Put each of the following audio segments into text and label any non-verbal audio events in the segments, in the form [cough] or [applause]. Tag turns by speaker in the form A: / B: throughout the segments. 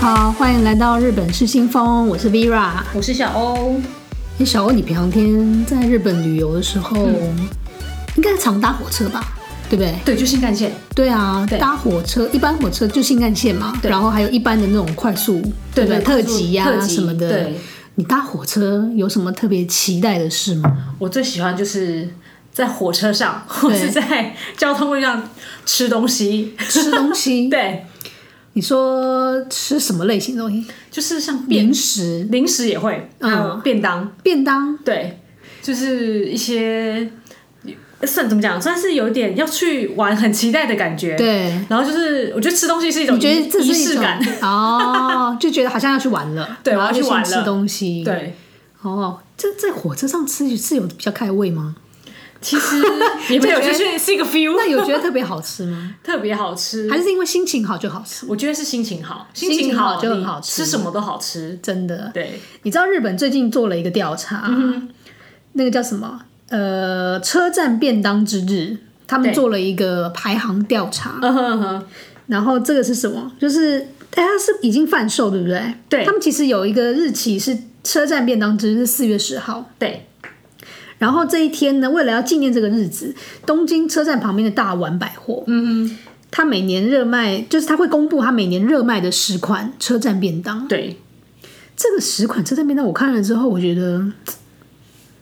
A: 好，欢迎来到日本吃新风，我是 Vera。
B: 我是小欧，
A: 诶小欧，你平常天在日本旅游的时候，
B: 嗯
A: 应该常搭火车吧？对不对？
B: 对，就新干线，
A: 对啊，
B: 对
A: 搭火车，一般火车就新干线嘛，
B: 对
A: 然后还有一般的那种快速，
B: 对
A: 不
B: 对，
A: 特急呀、
B: 特急
A: 什么的。
B: 对，
A: 你搭火车有什么特别期待的事
B: [laughs]
A: 吗？
B: 我最喜欢就是在火车上或是在交通工具上吃东西，
A: 吃东西？
B: 对，
A: 你说吃什么类型的东西？
B: 就是像便
A: 零食、嗯
B: 零食也会，还有便当，
A: 便当，
B: 对，就是一些算怎么讲，算是有点要去玩，很期待的感觉。
A: 对。
B: 然后就是，我觉得吃东西是一种
A: 你觉得
B: 仪
A: 这是
B: 仪
A: 一
B: 式
A: 种
B: 感，
A: 哦，就觉得好像要去玩了，
B: [laughs] 对
A: 然后
B: 我要去
A: 就先
B: 玩了
A: 吃东西，，
B: 对。
A: 哦，这在火车上吃是有比较开胃吗？ [laughs]
B: 其实也没有，就是是一个 feel，
A: 那有觉得特别好吃
B: [laughs]
A: 吗？
B: 特别好吃。
A: 还是因为心情好就好吃？
B: 我觉得是心情好，
A: 心情
B: 情
A: 好就很
B: 你
A: 好吃
B: 吃什么都好吃。
A: 真的，
B: 对，嗯
A: 你知道日本最近做了一个调查，那个叫什么？呃，车站便当之日，他们
B: 对
A: 做了一个排行调查。
B: 嗯哼哼，
A: 然后这个是什么？就是哎，它是已经贩售，对不对？
B: 对
A: 他们其实有一个日期是车站便当之日，是四月十号。
B: 对，
A: 然后这一天呢，为了要纪念这个日子，东京车站旁边的大丸百货，
B: 嗯哼，
A: 它每年热卖，就是它会公布它每年热卖的十款车站便当。
B: 对，
A: 这个十款车站便当，我看了之后，我觉得嘖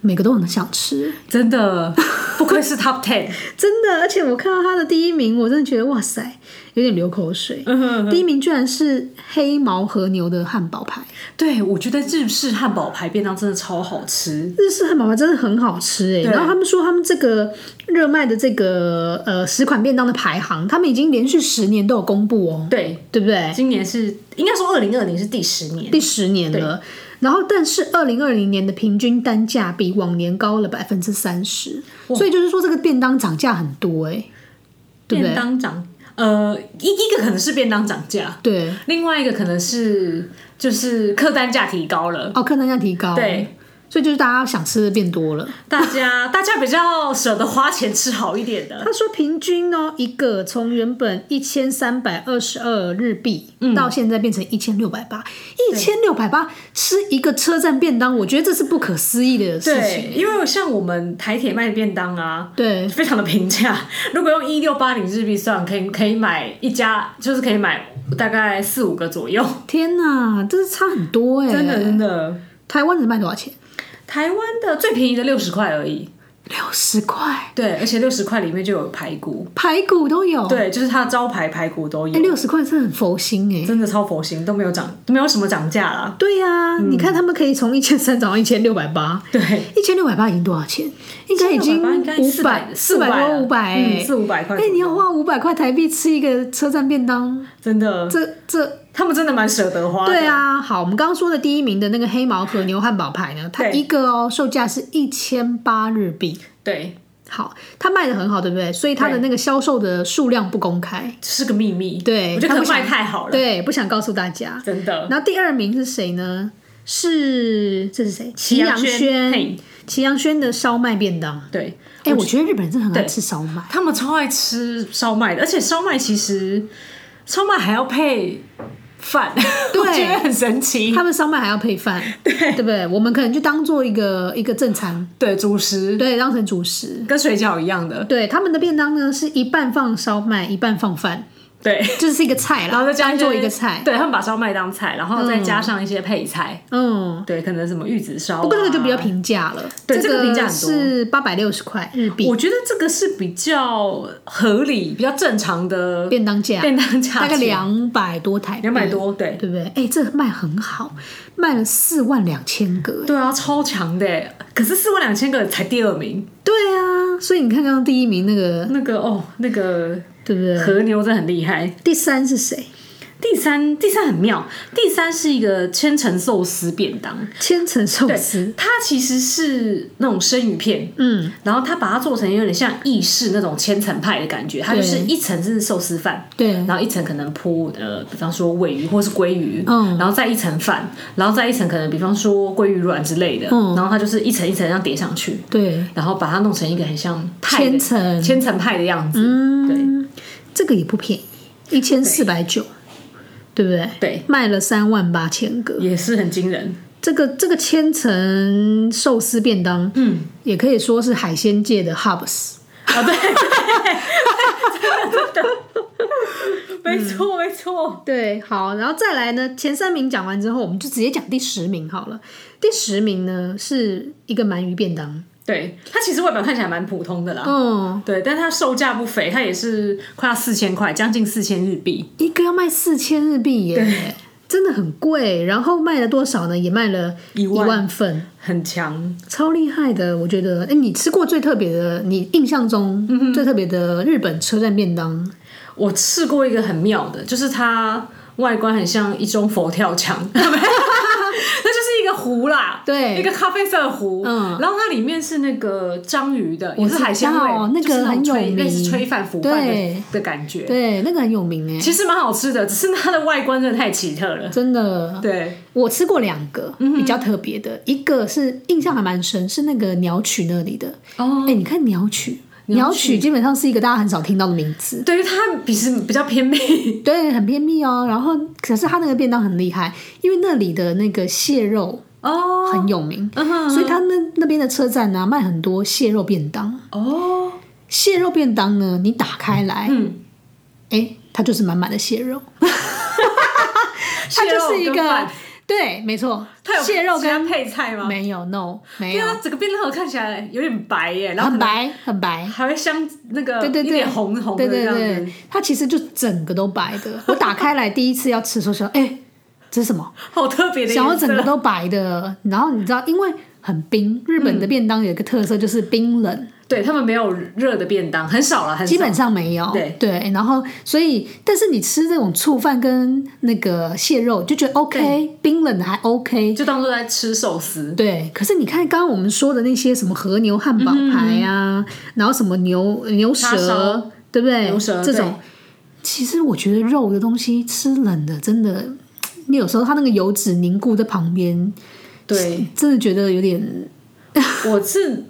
A: 每个都很想吃，
B: 真 [laughs] 的不愧是 Top Ten。
A: 真的。而且我看到它的第一名，我真的觉得哇塞，有点流口水。
B: 嗯哼
A: 第一名居然是黑毛和牛的汉堡排，
B: 对，我觉得日式汉堡排便当真的超好吃。
A: 日式汉堡排真的很好吃哎、
B: 对
A: 然后他们说他们这个热卖的这个呃十款便当的排行，他们已经连续十年都有公布哦，
B: 对，
A: 对不对？
B: 今年是应该说二零二零是第十年。
A: 第十年了。然后，但是二零二零年的平均单价比往年高了百分之三十，所以就是说这个便当涨价很多哎、对不
B: 便
A: 对？
B: 当涨，呃，一一个可能是便当涨价，
A: 对，
B: 另外一个可能是就是客单价提高了。
A: 哦，客单价提高，
B: 对，
A: 所以就是大家想吃的变多了。
B: 大 [laughs] 家大家比较舍得花钱吃好一点的。
A: 他说平均哦，一个从原本一千三百二十二日币，到现在变成一千六百八，一千六百八吃一个车站便当，我觉得这是不可思议的事
B: 对，
A: 情。
B: 因为像我们台铁卖的便当啊，
A: 对，
B: 非常的平价。 [laughs] 如果用一六八零日币算，可以可以买一家，就是可以买大概四五
A: [laughs]
B: 个左右。
A: 天哪，这是差很多哎、
B: 真的真的，
A: 台湾能卖多少钱？
B: 台湾的最便宜的六十块而已。
A: 六十块，
B: 对，而且六十块里面就有排骨，
A: 排骨都有。
B: 对，就是它的招牌排骨都
A: 哎，
B: 有，
A: 六十块真的很佛心哎、
B: 真的超佛心，都没有涨，没有什么涨价啦。
A: 对呀、你看他们可以从一千三涨到一千六百八，
B: 对，
A: 嗯一千六百八已经多少钱？应该已经
B: 1680应该
A: 五百四百多五百哎，
B: 啊嗯四五百块
A: 哎、
B: 左右。
A: 你要花五百块台币吃一个车站便当，
B: 真的，
A: 这这
B: 他们真的蛮舍得花的。
A: 对啊。好，我们刚刚说的第一名的那个黑毛和牛汉堡排呢，它
B: 对
A: 一个哦，售价是一千八日币。
B: 对，
A: 好，它卖的很好，对不对？所以它的那个销售的数量不公开，
B: 是个秘密。
A: 对
B: 我觉
A: 他
B: 得可
A: 不
B: 能卖
A: 想
B: 太好了，
A: 对，不想告诉大家。
B: 真的。
A: 然后第二名是谁呢？是这是谁？齐阳轩，
B: 嘿
A: 齐阳轩的烧麦便当。
B: 对，
A: 哎、我觉得日本人真的很爱吃烧麦，
B: 他们超爱吃烧麦的，而且烧麦其实烧麦还要配饭，
A: 对
B: 我觉得很神奇。
A: 他们烧麦还要配饭，对对不对？我们可能就当做一个一个正餐，
B: 对，主食
A: 对，当成主食。
B: 跟水饺一样的，
A: 对，他们的便当呢是一半放烧麦，一半放饭，
B: 对，
A: 就是一个菜啦，
B: 然后再哦加
A: 当
B: 些
A: 做一个菜。
B: 对他们把烧麦当菜，然后再加上一些配菜，
A: 嗯，
B: 对，可能什么玉子烧、啊
A: 不过这个就比较。平价了，
B: 哦对
A: 这
B: 这个平价很多
A: 是八百六十块日币
B: 我觉得这个是比较合理、比较正常的
A: 便当价，
B: 哦便当价，
A: 大概两百多台币，
B: 两百多，对
A: 对不对？哎、这个卖很好，卖了四万两千个。哎
B: 对啊，超强的耶。可是四万两千个才第二名，
A: 对啊，所以你看刚刚第一名那个，
B: 那个哦，那个
A: 对不对？
B: 和牛真的很厉害。
A: 第三是谁？
B: 第三，第三很妙，第三是一个千层寿司便当，
A: 千层寿
B: 对
A: 司。，
B: 它其实是那种生鱼片，
A: 嗯，
B: 然后它把它做成有点像意式那种千层派的感觉，它就是一层是寿司饭。
A: 对，
B: 然后一层可能铺呃，比方说尾鱼或是鲑鱼，
A: 嗯
B: 然后再一层饭，然后再一层可能比方说鲑鱼卵之类的，
A: 嗯
B: 然后它就是一层一层这样叠上去，
A: 对，
B: 然后把它弄成一个很像派的
A: 千层
B: 千
A: 嗯
B: 层派的样子，
A: 嗯，这个也不便宜，一千四百九。对不对？
B: 对，
A: 卖了三万八千个。
B: 也是很惊人。
A: 这个这个千层寿司便当，嗯，也可以说是海鲜界的 Hubs。[laughs]
B: 啊，对，对真的真的，没错没错，
A: 对，好，然后再来呢，前三名讲完之后，我们就直接讲第十名好了。第十名呢是一个鳗鱼便当，
B: 对，它其实外表看起来蛮普通的啦，
A: 嗯，
B: 对，但它售价不菲，它也是快要四千块，将近四千日币。
A: 一个要卖四千日币耶，真的很贵。然后卖了多少呢？也卖了
B: 一万
A: 万份，
B: 很强，
A: 超厉害的。我觉得，哎，你吃过最特别的，你印象中
B: 嗯
A: 最特别的日本车站便当，
B: 我试过一个很妙的，就是它外观很像一种佛跳墙， [laughs] 那就是一个壶啦，
A: 对
B: 一个咖啡色的壶，
A: 嗯
B: 然后它里面是那个章鱼的，也
A: 我
B: 是
A: 知
B: 海鲜味
A: 道，那
B: 就是
A: 个很
B: 种
A: 有
B: 炊类似
A: 名
B: 炊饭、腐饭的
A: 对
B: 的感觉，
A: 对，那个很有名哎，
B: 其实蛮好吃的，只是它的外观真的太奇特了。
A: 真的。
B: 对，
A: 我吃过两个
B: 嗯
A: 比较特别的，一个是印象还蛮深，是那个鸟曲那里的。
B: 哦
A: 哎、你看鸟曲，鸟曲基本上是一个大家很少听到的名字，
B: 对于它比是比较偏僻，
A: 对，很偏僻哦。然后，可是它那个便当很厉害，因为那里的那个蟹肉
B: 哦
A: 很有名，
B: 嗯哼
A: 所以它那那边的车站呢、卖很多蟹肉便当。
B: 哦，
A: 蟹肉便当呢，你打开来，
B: 嗯，
A: 哎、它就是满满的蟹肉，它
B: 蟹
A: 就
B: 肉
A: 是一
B: 跟
A: 个
B: 饭
A: 对，没错
B: 它有，
A: 蟹肉
B: 其他
A: 跟
B: 配菜吗？
A: 没有 no 没
B: 对
A: 有，
B: 啊，整个便当盒看起来有点白耶，然后
A: 很
B: 可能
A: 白很白。
B: 还会香那个
A: 对对
B: 一
A: 对，
B: 点红红
A: 对
B: 的这
A: 对
B: 样子。
A: 对，它其实就整个都白的。我打开来第一次要吃的时候想，哎、这是什么？
B: 好特别的
A: 想要
B: 颜色
A: 整个都白的。然后你知道，因为很冰，日本
B: 嗯
A: 的便当有一个特色就是冰冷，
B: 对他们没有热的便当，很少了，很少
A: 基本上没有。
B: 对
A: 然后所以，但是你吃这种醋饭跟那个蟹肉，就觉得 OK，冰冷的还 OK。
B: 就当做在吃寿司。
A: 对，可是你看刚刚我们说的那些什么和牛汉堡排啊，然后什么牛牛
B: 嗯叉烧
A: 舌，对不对？
B: 牛舌
A: 这种，其实我觉得肉的东西吃冷的真的，你有时候它那个油脂凝固在旁边，
B: 对，
A: 真的觉得有点
B: [laughs] 我是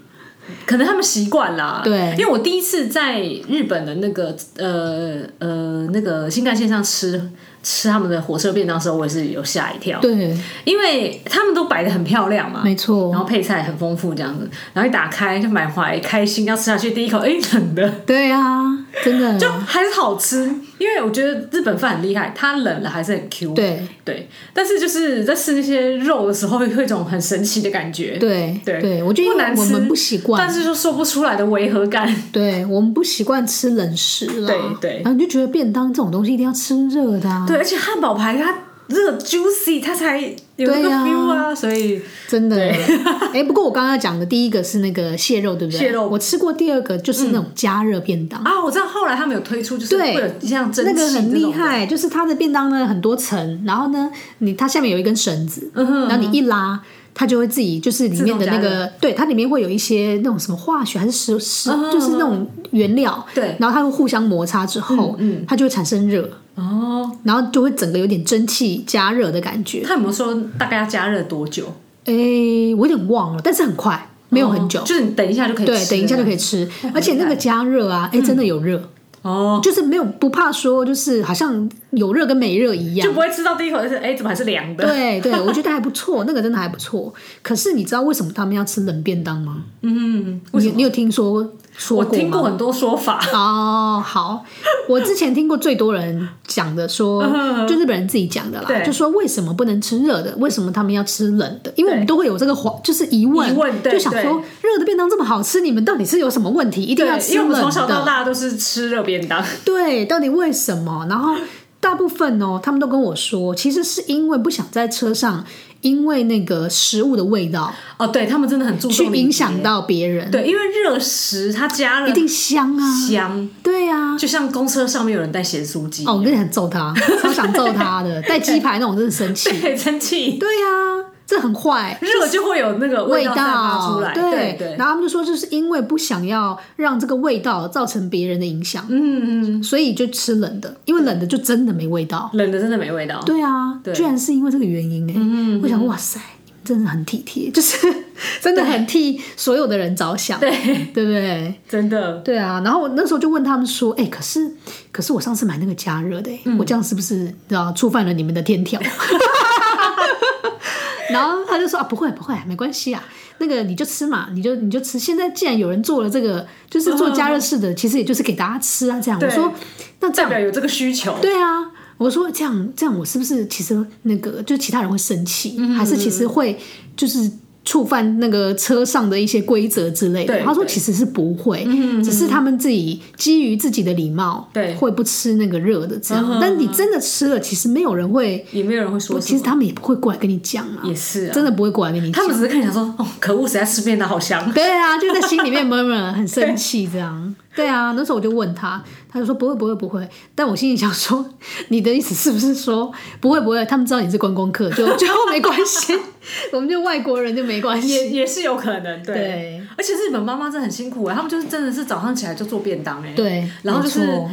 B: 可能他们习惯啦，
A: 对
B: 因为我第一次在日本的那个呃呃那个新干线上吃吃他们的火车便当的时候，我也是有吓一跳，
A: 对，
B: 因为他们都摆的很漂亮嘛，
A: 没错
B: 啊然，后配菜很丰富这样子，然后一打开就满怀开心要吃下去，第一口哎冷的。
A: 对啊，真的，
B: 就还是好吃，因为我觉得日本饭很厉害，它冷了还是很 Q。
A: 对
B: 对，但是就是在吃那些肉的时候，会有一种很神奇的感觉。
A: 对
B: 对
A: 对，我觉得因
B: 不
A: 为
B: 难
A: 我
B: 吃
A: 们不习惯
B: 但，是就说不出来的违和感。
A: 对我们不习惯吃冷食啦，
B: 对对
A: 然后你就觉得便当这种东西一定要吃热的啊，
B: 对，而且汉堡排它热 juicy，它才有那
A: 对
B: 个
A: 呀
B: feel 啊，所以
A: 真的， [laughs] 哎、不过我刚刚讲的第一个是那个蟹肉，对不对？
B: 蟹肉
A: 我吃过第二个就是那种加热便当，
B: 啊，我知道后来他们有推出就是会
A: 对
B: 有像蒸汽
A: 那个很
B: 这种
A: 厉
B: 的，
A: 害，就是它的便当呢很多层，然后呢，你它下面有一根绳子，然后你一拉。它就会自己就是里面的那
B: 嗯自动
A: 个，对，它里面会有一些那种什么化学还是石石，就是那种原料，
B: 嗯对嗯
A: 然后它会互相摩擦之后，它就会产生热，
B: 哦。
A: 然后就会整个有点蒸汽加热的感觉。
B: 他有没有说大概要加热多久？
A: 诶，我有点忘了，但是很快，没有很久
B: 哦，就是你等一下就可以吃了，
A: 对，等一下就可以吃，而且那个加热啊，哎、真的有热，
B: 嗯哦，
A: 就是没有不怕说，就是好像有热跟没热一样
B: 就。不会吃到第一口就是哎，怎么还是凉的？
A: 对
B: [laughs]
A: 对，我觉得还不错，那个真的还不错。可是你知道为什么他们要吃冷便当吗？
B: 嗯，为
A: 你
B: 什么？
A: 你有听说说
B: 我
A: 过
B: 听过
A: 吗？
B: 很多说法，
A: 哦，好，我之前听过最多人讲的说，就日本人自己讲的啦，
B: 嗯对
A: 就说为什么不能吃热的，为什么他们要吃冷的？因为我们都会有这个怀，就是疑问，
B: 疑问对
A: 就想
B: 对
A: 说热的便当这么好吃，你们到底是有什么问题，一定
B: 对
A: 要，吃
B: 因为我
A: 冷
B: 们
A: 的？
B: 从小到大都是吃热便当，
A: 对，到底为什么？然后大部分哦，他们都跟我说，其实是因为不想在车上，因为那个食物的味道
B: 哦，对他们真的很注
A: 去
B: 重
A: 影
B: 礼
A: 响
B: 节，
A: 到别人，
B: 对，因为热食它加热
A: 一定香啊，
B: 香，
A: 对啊。
B: 就像公车上面有人带咸酥鸡，
A: 哦，我跟你讲，揍他，超想揍他 [laughs] 的，带鸡排那种真的生气。
B: 对，蒸汽
A: [laughs] 对啊，这很坏。 [laughs]
B: 热就会有那个
A: 味
B: 道散发出来，对
A: 对，然后他们就说，就是因为不想要让这个味道造成别人的影响，
B: 嗯嗯，
A: 所以就吃冷的，因为冷的就真的没味道。
B: 冷的真的没味道，
A: 欸嗯对啊，居然是因为这个原因哎、我想哇塞，你们真的很体贴，就是 [laughs] 真的很替所有的人着想，对对不对？
B: 真的，
A: 对啊，然后我那时候就问他们说：“哎、可是可是我上次买那个加热的、哎我这样是不是你知道触犯了你们的天条？” [laughs] 然后他就说：“啊，不会不会，没关系啊，那个你就吃嘛，你就你就吃。现在既然有人做了这个，就是做加热式的，其实也就是给大家吃啊。这样我
B: 对
A: 说，那这
B: 代
A: 样
B: 表有这个需求。
A: 对啊，我说这样这样，我是不是其实那个就其他人会生气，
B: 嗯
A: 还是其实会就是触犯那个车上的一些规则之类的？
B: 对
A: 他说
B: 对嗯
A: 其实是不会，只是他们自己基于自己的礼貌，
B: 对嗯
A: 会不吃那个热的这样。但你真的吃了，其实没有人会，
B: 也没有人会说什
A: 其
B: 么，
A: 实他们也不会过来跟你讲啊，
B: 也是啊
A: 真的不会过来跟你
B: 他
A: 讲。
B: 们只是看想说，哦，可恶，谁在吃便当好香。
A: [laughs] 对啊，就在心里面 murmur 很生气这
B: [laughs]
A: 样。对啊，那时候我就问他，他就说不会不会不会，但我心里想说，你的意思是不是说不会不会？他们知道你是观光客，就就没关系，
B: [laughs]
A: 我们就外国人就没关系。
B: 也也是有可能，对。
A: 对
B: 而且日本妈妈真的很辛苦哎、他们就是真的是早上起来就做便当哎、
A: 对，
B: 然后就是
A: 没错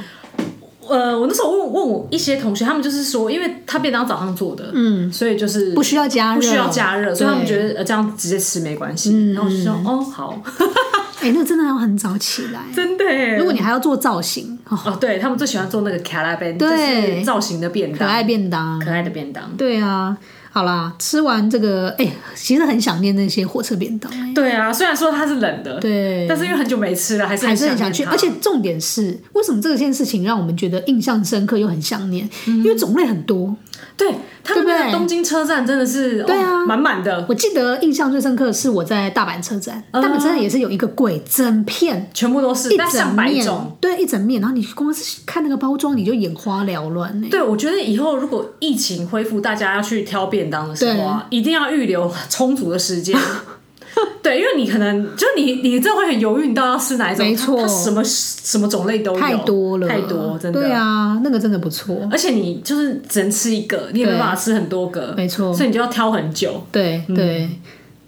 B: 呃，我那时候问问我一些同学，他们就是说，因为他便当早上做的，嗯，所以就是
A: 不需要加热，
B: 不需要加热，所以他们
A: 对嗯
B: 觉得呃这样直接吃没关系。然后我就说哦好， [laughs]
A: 哎、那真的要很早起来。
B: 真的欸耶。
A: 如果你还要做造型，哦、
B: 哦，对他们最喜欢做那个卡拉便，就
A: 对
B: 是造型的便
A: 可
B: 当，
A: 爱便当，
B: 可爱的便当。
A: 对啊。好啦，吃完这个，哎、其实很想念那些火车便当、哎
B: 对啊，虽然说它是冷的，
A: 对，
B: 但是因为很久没吃了，还是
A: 还
B: 很
A: 是很
B: 想
A: 想去，
B: 它
A: 而且重点是，为什么这件事情让我们觉得印象深刻又很想念？
B: 嗯
A: 因为种类很多。
B: 对他
A: 对
B: 们
A: 不
B: 那
A: 对
B: 个东京车站真的是
A: 对啊
B: 哦满满的，
A: 我记得印象最深刻的是我在大阪车站，大阪车站也是有一个柜，整片
B: 全部都啊是，
A: 一
B: 但上
A: 整
B: 百
A: 面
B: 种。，
A: 对，一整面。然后你光是看那个包装，你就眼花缭乱欸呢、
B: 对，我觉得以后如果疫情恢复，大家要去挑便当的时候啊，一定要预留充足的时间。 [laughs] 对，因为你可能就你你真的会很犹豫，你到底要吃哪一种？
A: 没错
B: 它它什么什么种类都有，
A: 太多了，
B: 太多，真的。
A: 对啊，那个真的不错，
B: 而且你就是只能吃一个，你也没
A: 对
B: 办法吃很多个，
A: 没错
B: 所以你就要挑很久。
A: 对对。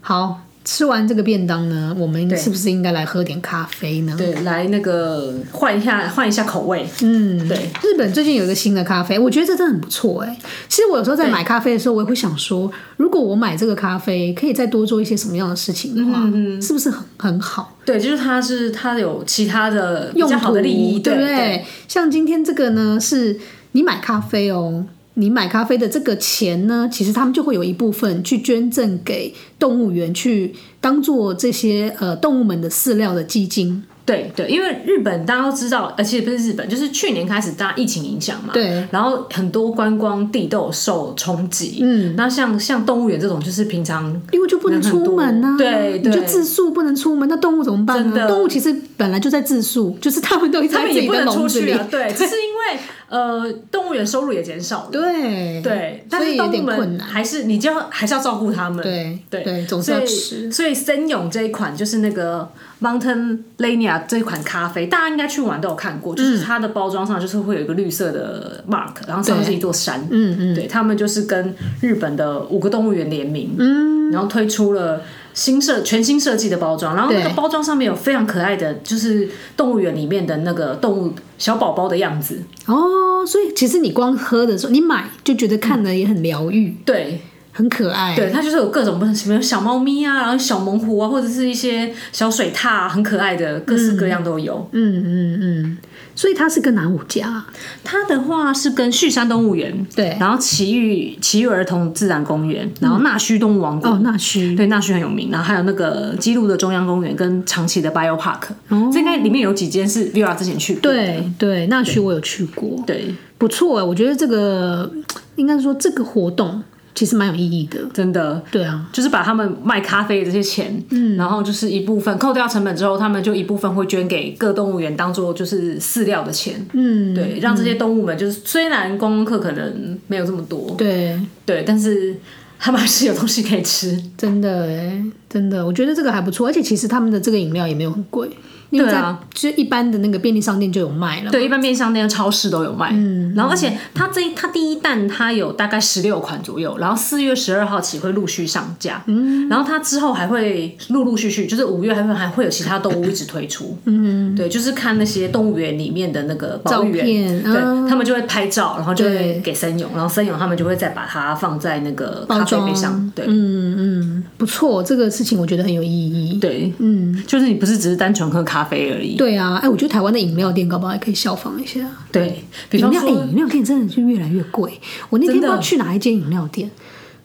A: 好吃完这个便当呢，我们
B: 对
A: 是不是应该来喝点咖啡呢？
B: 对，来那个换一下换一下口味。
A: 嗯，
B: 对。
A: 日本最近有一个新的咖啡，我觉得这真的很不错哎、其实我有时候在买咖啡的时候，我也会想说，如果我买这个咖啡，可以再多做一些什么样的事情的
B: 嗯
A: 话，是不是很很好？
B: 对，就是它是它有其他的比
A: 用
B: 较
A: 途
B: 好的利益，
A: 对
B: 对
A: 不对？像今天这个呢，是你买咖啡哦。你买咖啡的这个钱呢，其实他们就会有一部分去捐赠给动物园，去当做这些呃动物们的饲料的基金。
B: 对对，因为日本大家都知道，而且不是日本，就是去年开始大家疫情影响嘛，
A: 对，
B: 然后很多观光地都有受冲击，
A: 嗯，
B: 那像像动物园这种，就是平常
A: 因为就不能出门呐、啊，
B: 人很多对
A: 你就
B: 对
A: 自宿不能出门，那动物怎么办
B: 真
A: 呢？
B: 的
A: 动物其实本来就在自宿，就是他们都
B: 他
A: 在
B: 们
A: 自己
B: 也不
A: 的
B: 能
A: 笼
B: 出
A: 子
B: 去
A: 里，
B: 啊，对，只是因为呃，动物园收入也减少了，
A: 对
B: 对，但
A: 所以
B: 是
A: 有
B: 动
A: 点
B: 物
A: 困
B: 们
A: 难，
B: 还是你就要还是要照顾他们，
A: 对
B: 对
A: 对，总是
B: 所
A: 要
B: 以
A: 吃。
B: 所以森永这一款就是那个 Mountain Lania 这一款咖啡，大家应该去玩都有看过，
A: 嗯
B: 就是它的包装上就是会有一个绿色的 mark，然后上面是一座山。
A: 嗯嗯，
B: 对他们就是跟日本的五个动物园联名，嗯，然后推出了新设全新设计的包装，然后那个
A: 对
B: 包装上面有非常可爱的，就是动物园里面的那个动物小宝宝的样子。
A: 哦，所以其实你光喝的时候，你买就觉得看了也很疗愈，
B: 对，
A: 很可爱。
B: 对，它就是有各种不什么小猫咪啊，然后小猛虎啊，或者是一些小水獭、啊，很可爱的，各式各样都有。
A: 嗯嗯嗯，所以它是跟哪五家？
B: 它的话是跟旭山动物园，
A: 对
B: 然后奇遇奇遇儿童自然公园，然后纳须动物王国。
A: 哦，那须。
B: 对，纳须很有名，然后还有那个基路的中央公园跟长崎的 Bio Park，、
A: 哦
B: 这应该里面有几间是 Vera 之前去过的。
A: 对对，那须我有去过，
B: 对，
A: 不错哎，我觉得这个应该说这个活动其实蛮有意义的。
B: 真的
A: 对啊，
B: 就是把他们卖咖啡的这些钱，嗯，然后就是一部分扣掉成本之后，他们就一部分会捐给各动物园当做就是饲料的钱，
A: 嗯，
B: 对，让这些动物们就是虽然观光客可能没有这么多，
A: 对，
B: 对，但是他们还是有东西可
A: [laughs]
B: 以吃。
A: 真的哎，真的，我觉得这个还不错，而且其实他们的这个饮料也没有很贵，因为
B: 对
A: 在、
B: 啊
A: 其实一般的那个便利商店就有卖了。
B: 对，一般面向那个超市都有卖。嗯，然后而且它这它第一弹它有大概十六款左右，然后四月十二号起会陆续上架。嗯，然后它之后还会陆陆续续，就是五月还会还会有其他动物一直推出。嗯，对，就是看那些动物园里面的那个保育
A: 照片
B: 员，
A: 嗯
B: 对，他们就会拍照，然后就
A: 对
B: 会给森永，然后森永他们就会再把它放在那个
A: 包
B: 咖啡
A: 装
B: 杯上。对，
A: 嗯嗯嗯，不错，这个事情，我觉得很有意义。
B: 对，嗯，就是你不是只是单纯喝咖啡而已。
A: 对啊，哎，我觉得台湾的饮料店搞不好也可以效仿一下。
B: 对，比
A: 饮
B: 方
A: 料哎，
B: 说
A: 饮料店真的是越来越贵。我那天不
B: 真的
A: 知道去哪一间饮料店，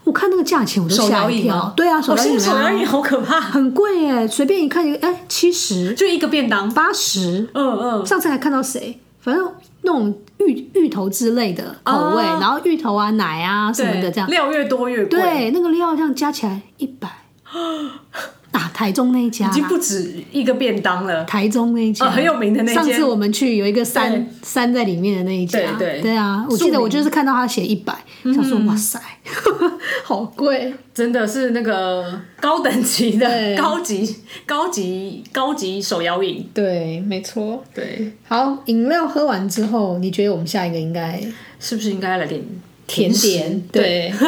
A: 我看那个价钱我都
B: 手
A: 吓
B: 摇
A: 一
B: 饮哦
A: 跳
B: 吗。？
A: 对啊，手
B: 我
A: 摇
B: 现
A: 饮
B: 在手摇饮
A: 啊，
B: 好可怕，
A: 很贵哎，随便一看一个哎七十
B: 就一个便当。
A: 八十。
B: 嗯嗯，
A: 上次还看到谁，反正那种芋芋头之类的口味，
B: 哦
A: 然后芋头啊、奶啊什
B: 对
A: 么的这样。
B: 料越多越贵，
A: 对，那个料这样加起来一
B: [gasps]
A: 百，啊，台中那一家
B: 已经
A: 啦，
B: 不止一个便当了。
A: 台中那一家、
B: 哦很有名的那
A: 上次
B: 间
A: 我们去有一个
B: 对
A: 山山在里面的那一家，
B: 对对嗯
A: 啊，我
B: 庶
A: 记得我
B: 民
A: 就是看到他写一百，想说哇
B: [laughs]
A: 塞，好贵，
B: 真的是那个高等级的
A: 对
B: 高级高级高级手摇饮，
A: 对，没错。
B: 对，
A: 好，饮料喝完之后，你觉得我们下一个应该
B: 是不是应该来点
A: 甜
B: 食
A: 点？对，
B: [laughs]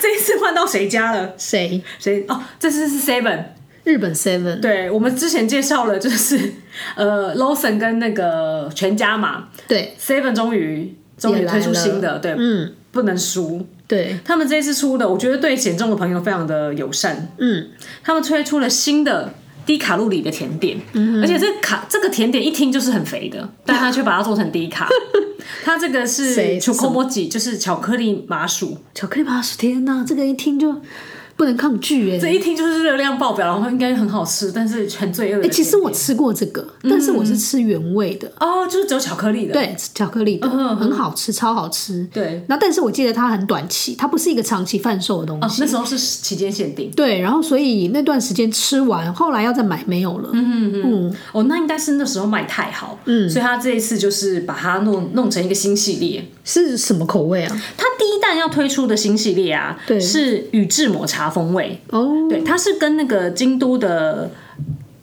B: 这一次换到谁家了？
A: 谁？
B: 谁？哦，这次是 Seven。
A: 日本 Seven。
B: 对，我们之前介绍了，就是呃，Lawson 跟那个全家嘛
A: 对，
B: ，Seven 终于终于
A: 也来
B: 推出
A: 了
B: 新的，对，
A: 嗯，
B: 不能输。
A: 对，
B: 他们这次出的，我觉得对减重的朋友非常的友善。
A: 嗯，
B: 他们推出了新的低卡路里的甜点，
A: 嗯
B: 而且这卡这个甜点一听就是很肥的，但它却把它做成
A: [laughs]
B: 低卡。它这个是
A: 谁是
B: c h o
A: 什
B: c o m o j i 就是巧克力麻薯，
A: 巧克力巴士，天哪，这个一听就不能抗拒哎、
B: 这一听就是热量爆表，然后应该很好吃，但是很罪恶的
A: 哎、
B: 甜点。嗯
A: 其实我吃过这个，但是我是吃原味的，
B: 哦，就是只有巧克力的，
A: 对，吃巧克力的，
B: 嗯嗯嗯
A: 很好吃，超好吃。
B: 对，
A: 然后，但是我记得它很短期，它不是一个长期贩售的东
B: 哦，
A: 西。
B: 那时候是期间限定。
A: 对，然后所以那段时间吃完，后来要再买没有了。嗯嗯
B: 哦，那应该是那时候卖太好，嗯，所以他这一次就是把它弄弄成一个新系列。
A: 是什么口味啊？
B: 它第一弹要推出的新系列啊，
A: 对
B: 是宇治抹茶风味，
A: 哦，
B: 对，它是跟那个京都的，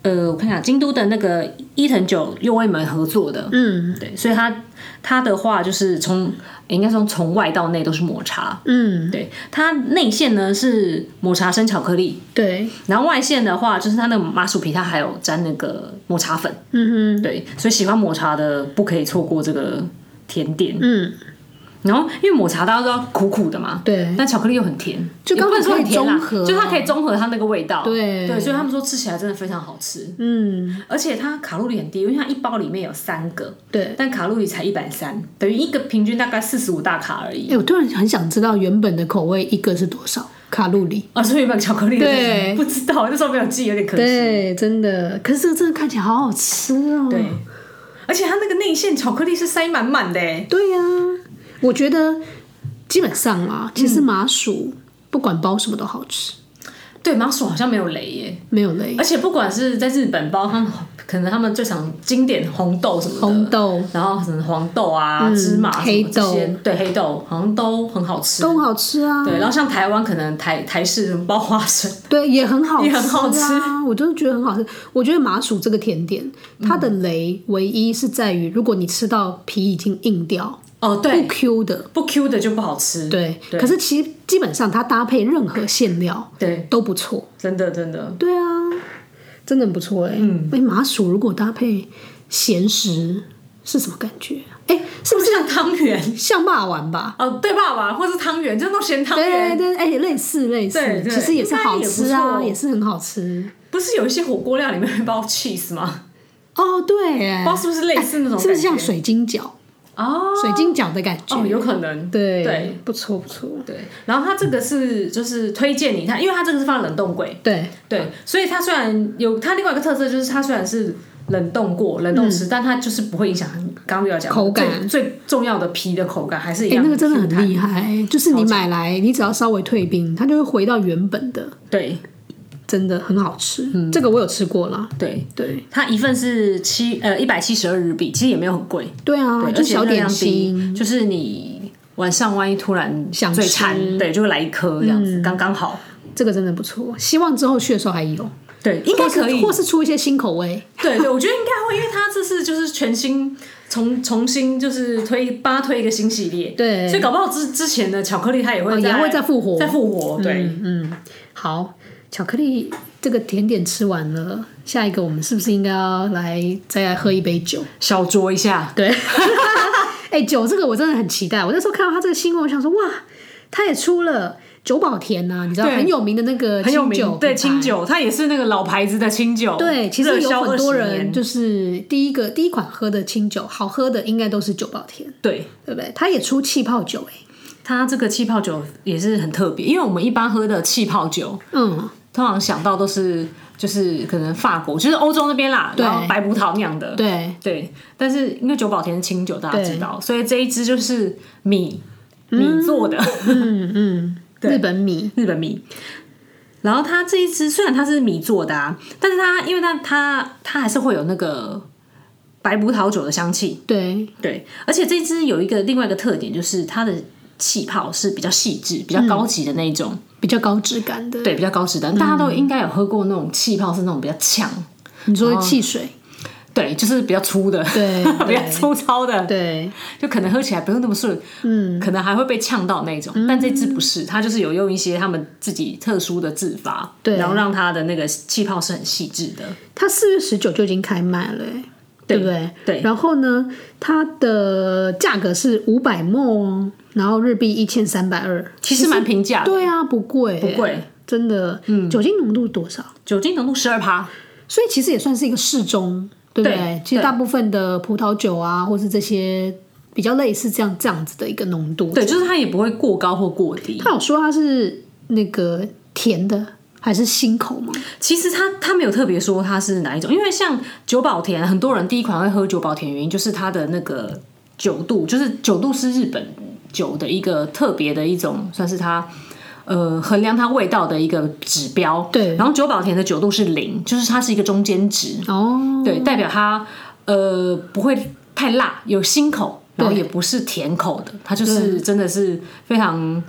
B: 呃，我看一下，京都的那个伊藤久右卫门合作的，
A: 嗯
B: 对，所以它它的话就是从应该说从外到内都是抹茶，
A: 嗯，
B: 对，它内馅呢是抹茶生巧克力，
A: 对，
B: 然后外馅的话就是它那个麻薯皮，它还有沾那个抹茶粉，
A: 嗯哼，
B: 对，所以喜欢抹茶的不可以错过这个甜点。
A: 嗯，
B: 然后因为抹茶大家都知道苦苦的嘛，
A: 对
B: 但巧克力又很甜，
A: 就
B: 也不
A: 刚好
B: 能说
A: 可以
B: 很甜啦
A: 中和啊
B: 就它可以综合它那个味道，
A: 对
B: 对，所以他们说吃起来真的非常好吃，
A: 嗯，
B: 而且它卡路里很低，因为它一包里面有三个，
A: 对。
B: 但卡路里才一百三，等于一个平均大概四十五大卡而
A: 哎、
B: 已。
A: 我突然很想知道原本的口味一个是多少卡路里？
B: 啊，所以有没有巧克力的？
A: 对
B: [laughs] 不知道，那时候没有记，有点可惜。
A: 对，真的。可是这个真的看起来好好吃哦。
B: 对，而且它那个内馅巧克力是塞满满的欸，
A: 对呀、我觉得基本上啊，其实麻薯、不管包什么都好吃，
B: 对，麻薯好像没有雷耶。
A: 没有雷
B: 而。且不管是在日本包，他们可能他们最常经典红豆什么的，
A: 红豆嗯
B: 然后什么黄豆啊、芝麻、
A: 黑豆
B: 这些，对黑豆好像都很好吃。
A: 都很好吃啊，
B: 对，然后像台湾可能台台式包花生，
A: 对，也很好吃、啊，
B: 也很好吃
A: 我真的觉得很好吃。我觉得麻薯这个甜点，它的雷唯一是在于，如果你吃到皮已经硬掉、
B: 哦
A: 不
B: 对，
A: Q 的，
B: 不 Q 的就不好吃。
A: 对。
B: 对
A: 可是其实基本上它搭配任何馅料
B: 对，
A: 都不错。
B: 真的真的，
A: 对啊，真的很不错哎、嗯，哎、麻薯如果搭配咸食是什么感觉啊？哎、是不
B: 就是是像汤圆
A: 像霸丸吧？
B: 哦，对爸爸，或是汤圆，就那种咸汤
A: 对对
B: 圆。
A: 对，哎、类似类似
B: 对，对
A: 其实也是好吃
B: 应该也不
A: 啊，
B: 错
A: 也是很好吃。
B: 不是有一些火锅料里面会包 cheese 吗？
A: 哦，对，哎
B: 不知道是不是类似那种
A: 是不是
B: 感
A: 像
B: 觉
A: 水晶饺、
B: 哦
A: 水晶饺的感觉？
B: 哦，有可能。
A: 对
B: 对，
A: 不错不错，
B: 对，然后它这个是就是推荐你看，因为它这个是放冷冻柜，
A: 对
B: 对，所以它虽然有它另外一个特色就是它虽然是冷冻过、冷冻吃，但它就是不会影响刚刚有讲的
A: 嗯口感
B: 最最重要的皮的口感还是一
A: 哎、
B: 样。
A: 那个真的很厉害，就是你买来，你只要稍微退冰，它就会回到原本的，
B: 对
A: 真的很好吃。这个我有吃过啦，
B: 对，
A: 嗯对
B: 它一份是七呃一百七十二日币，其实也没有很贵，
A: 对啊，
B: 对，
A: 就
B: 而且
A: 小
B: 热量
A: 点
B: 低
A: 心，，
B: 就是你晚上万一突然
A: 想
B: 嘴
A: 吃嗯
B: 馋，对，就会来一颗这样子，刚刚好。
A: 这个真的不错。希望之后去的时候还有，
B: 对，应该
A: 或是
B: 可以，
A: 或是出一些新口味。
B: 对对，我觉得应该会，因为他这次就是全新重重新就是推帮他推一个新系列，
A: 对
B: 所以搞不好之之前的巧克力它也
A: 哦
B: 会
A: 也会再复活
B: 再复活，对，
A: 嗯，好，巧克力这个甜点吃完了，下一个我们是不是应该要来再来喝一杯酒？
B: 小酌一
A: [laughs]
B: 下，
A: 对，哎、酒这个我真的很期待。我那时候看到他这个新闻，我想说哇，他也出了，久保田呐、你知道
B: 对
A: 很有名的那个
B: 很有
A: 清酒
B: 名，对
A: 品牌
B: 清酒，它也是那个老牌子的清酒，
A: 对，其实
B: 热
A: 有
B: 销
A: 很多
B: 20
A: 人
B: 年
A: 就是第一个第一款喝的清酒，好喝的应该都是久保田，
B: 对。
A: 对不对？它也出气泡酒、欸，
B: 它这个气泡酒也是很特别，因为我们一般喝的气泡酒，
A: 嗯，
B: 通常想到都是就是可能法国，就是欧洲那边啦，
A: 对
B: 然后白葡萄酿的，
A: 对，
B: 对，但是因为九保田是清酒，大家
A: 对
B: 知道，所以这一支就是米米
A: [laughs]
B: 做的、
A: 嗯嗯，日本米，
B: 日本米。然后它这一支虽然它是米做的啊，但是它因为它它它还是会有那个白葡萄酒的香气，
A: 对，
B: 对。而且这一支有一个另外一个特点，就是它的气泡是比较细致、比较
A: 嗯
B: 高级的那一种，
A: 比较高质感的。
B: 对，比较高质的。大家都
A: 嗯
B: 应该有喝过那种气泡是那种比较呛，
A: 你说汽水，
B: 对，就是比较粗的，
A: 对
B: [laughs] 比较
A: 对
B: 粗糙的，
A: 对，
B: 就可能喝起来不用那么顺，嗯，可能还会被呛到那种。但这支不是，它就是有用一些他们自己特殊的制法，
A: 对
B: 然后让它的那个气泡是很细致的。
A: 它四月十九就已经开卖了、欸对不对？
B: 对
A: 然后呢，它的价格是五百墨哦，然后日币一千三百二，
B: 其实蛮平价的，
A: 对啊，不贵、
B: 不，贵，
A: 真的。嗯，酒精浓度多少？
B: 酒精浓度十二趴，
A: 所以其实也算是一个适中，对不对？
B: 对
A: 其实
B: 对
A: 大部分的葡萄酒啊，或是这些比较类似这样这样子的一个浓度。
B: 对，就是它也不会过高或过低。
A: 他有说它是那个甜的还是辛口吗？
B: 其实它它没有特别说它是哪一种，因为像九保田，很多人第一款会喝九保田，原因就是它的那个酒度，就是酒度是日本酒的一个特别的一种，算是它。呃，衡量它味道的一个指标，
A: 对
B: 然后九保田的酒度是零，就是它是一个中间值，
A: 哦，
B: 对，代表它呃不会太辣，有辛口，然后也不是甜口的，它就是真的是非常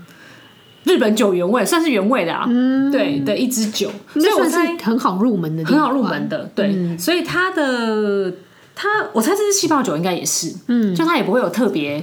B: 日本酒原味，算是原味的啊，对的一支酒，所
A: 嗯
B: 以
A: 那
B: 我
A: 算
B: 猜
A: 是很好入门的地
B: 很
A: 方，
B: 好入门的，对，
A: 嗯
B: 所以它的它，我猜这支气泡酒应该也是，嗯，就它也不会有特别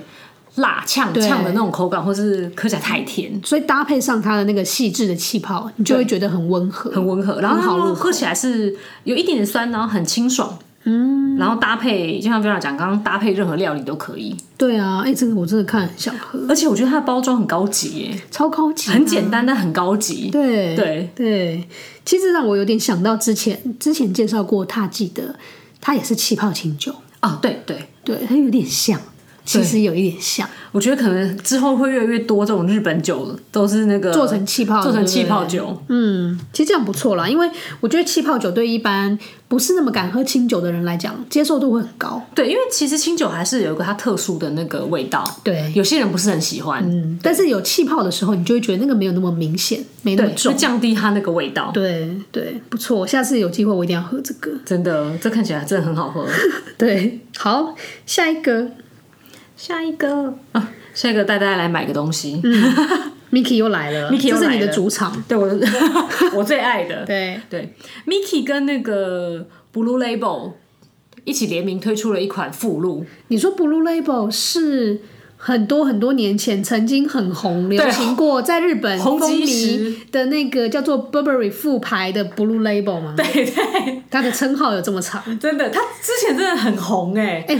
B: 辣呛
A: 对
B: 呛的那种口感，或是喝起来太甜，
A: 所以搭配上它的那个细致的气泡，你就会觉得很温和。
B: 很温和，然后
A: 很好入
B: 它
A: 口
B: 喝起来是有一点点酸，然后很清爽，嗯，然后搭配就像 Vera 讲，刚刚搭配任何料理都可以，
A: 对啊，哎、这个我真的看很想喝，
B: 而且我觉得它的包装很高级耶，
A: 超高级，啊
B: 很简单但很高级，
A: 嗯对
B: 对
A: 对，其实让我有点想到之前之前介绍过踏记的，它也是气泡清酒，
B: 啊，对对，
A: 对，它有点像，其实有一点像，
B: 我觉得可能之后会越来越多这种日本酒都是那个
A: 做成气泡的
B: 做成气泡
A: 对不对
B: 酒，
A: 嗯，其实这样不错啦，因为我觉得气泡酒对一般不是那么敢喝清酒的人来讲，接受度会很高。
B: 对，因为其实清酒还是有一个它特殊的那个味道，
A: 对
B: 有些人不是很喜欢，
A: 嗯，但是有气泡的时候，你就会觉得那个没有那么明显，没那么
B: 对，会
A: 重。
B: 降低它那个味道。
A: 对对，不错，下次有机会我一定要喝这个。
B: 真的，这看起来真的很好喝。
A: [laughs] 对，好，下一 [laughs] 个
B: [laughs] 下一个啊，下一个带大家来买个东西，
A: ，Miki 又来了
B: Miki 又
A: 这是
B: 来
A: 你的
B: 了
A: 主场。
B: 对 [laughs] 我我最爱的，
A: 对，
B: 对，Miki 跟那个 Blue Label 一起联名推出了一款附录，
A: 你说 Blue Label 是很多很多年前曾经很红、流行过，在日本风
B: 红极一时
A: 靡的那个叫做 Burberry 副牌的 Blue Label 吗？
B: 对对，
A: 它的称号有这么长？
B: 真的，它之前真的很红哎、
A: 哎、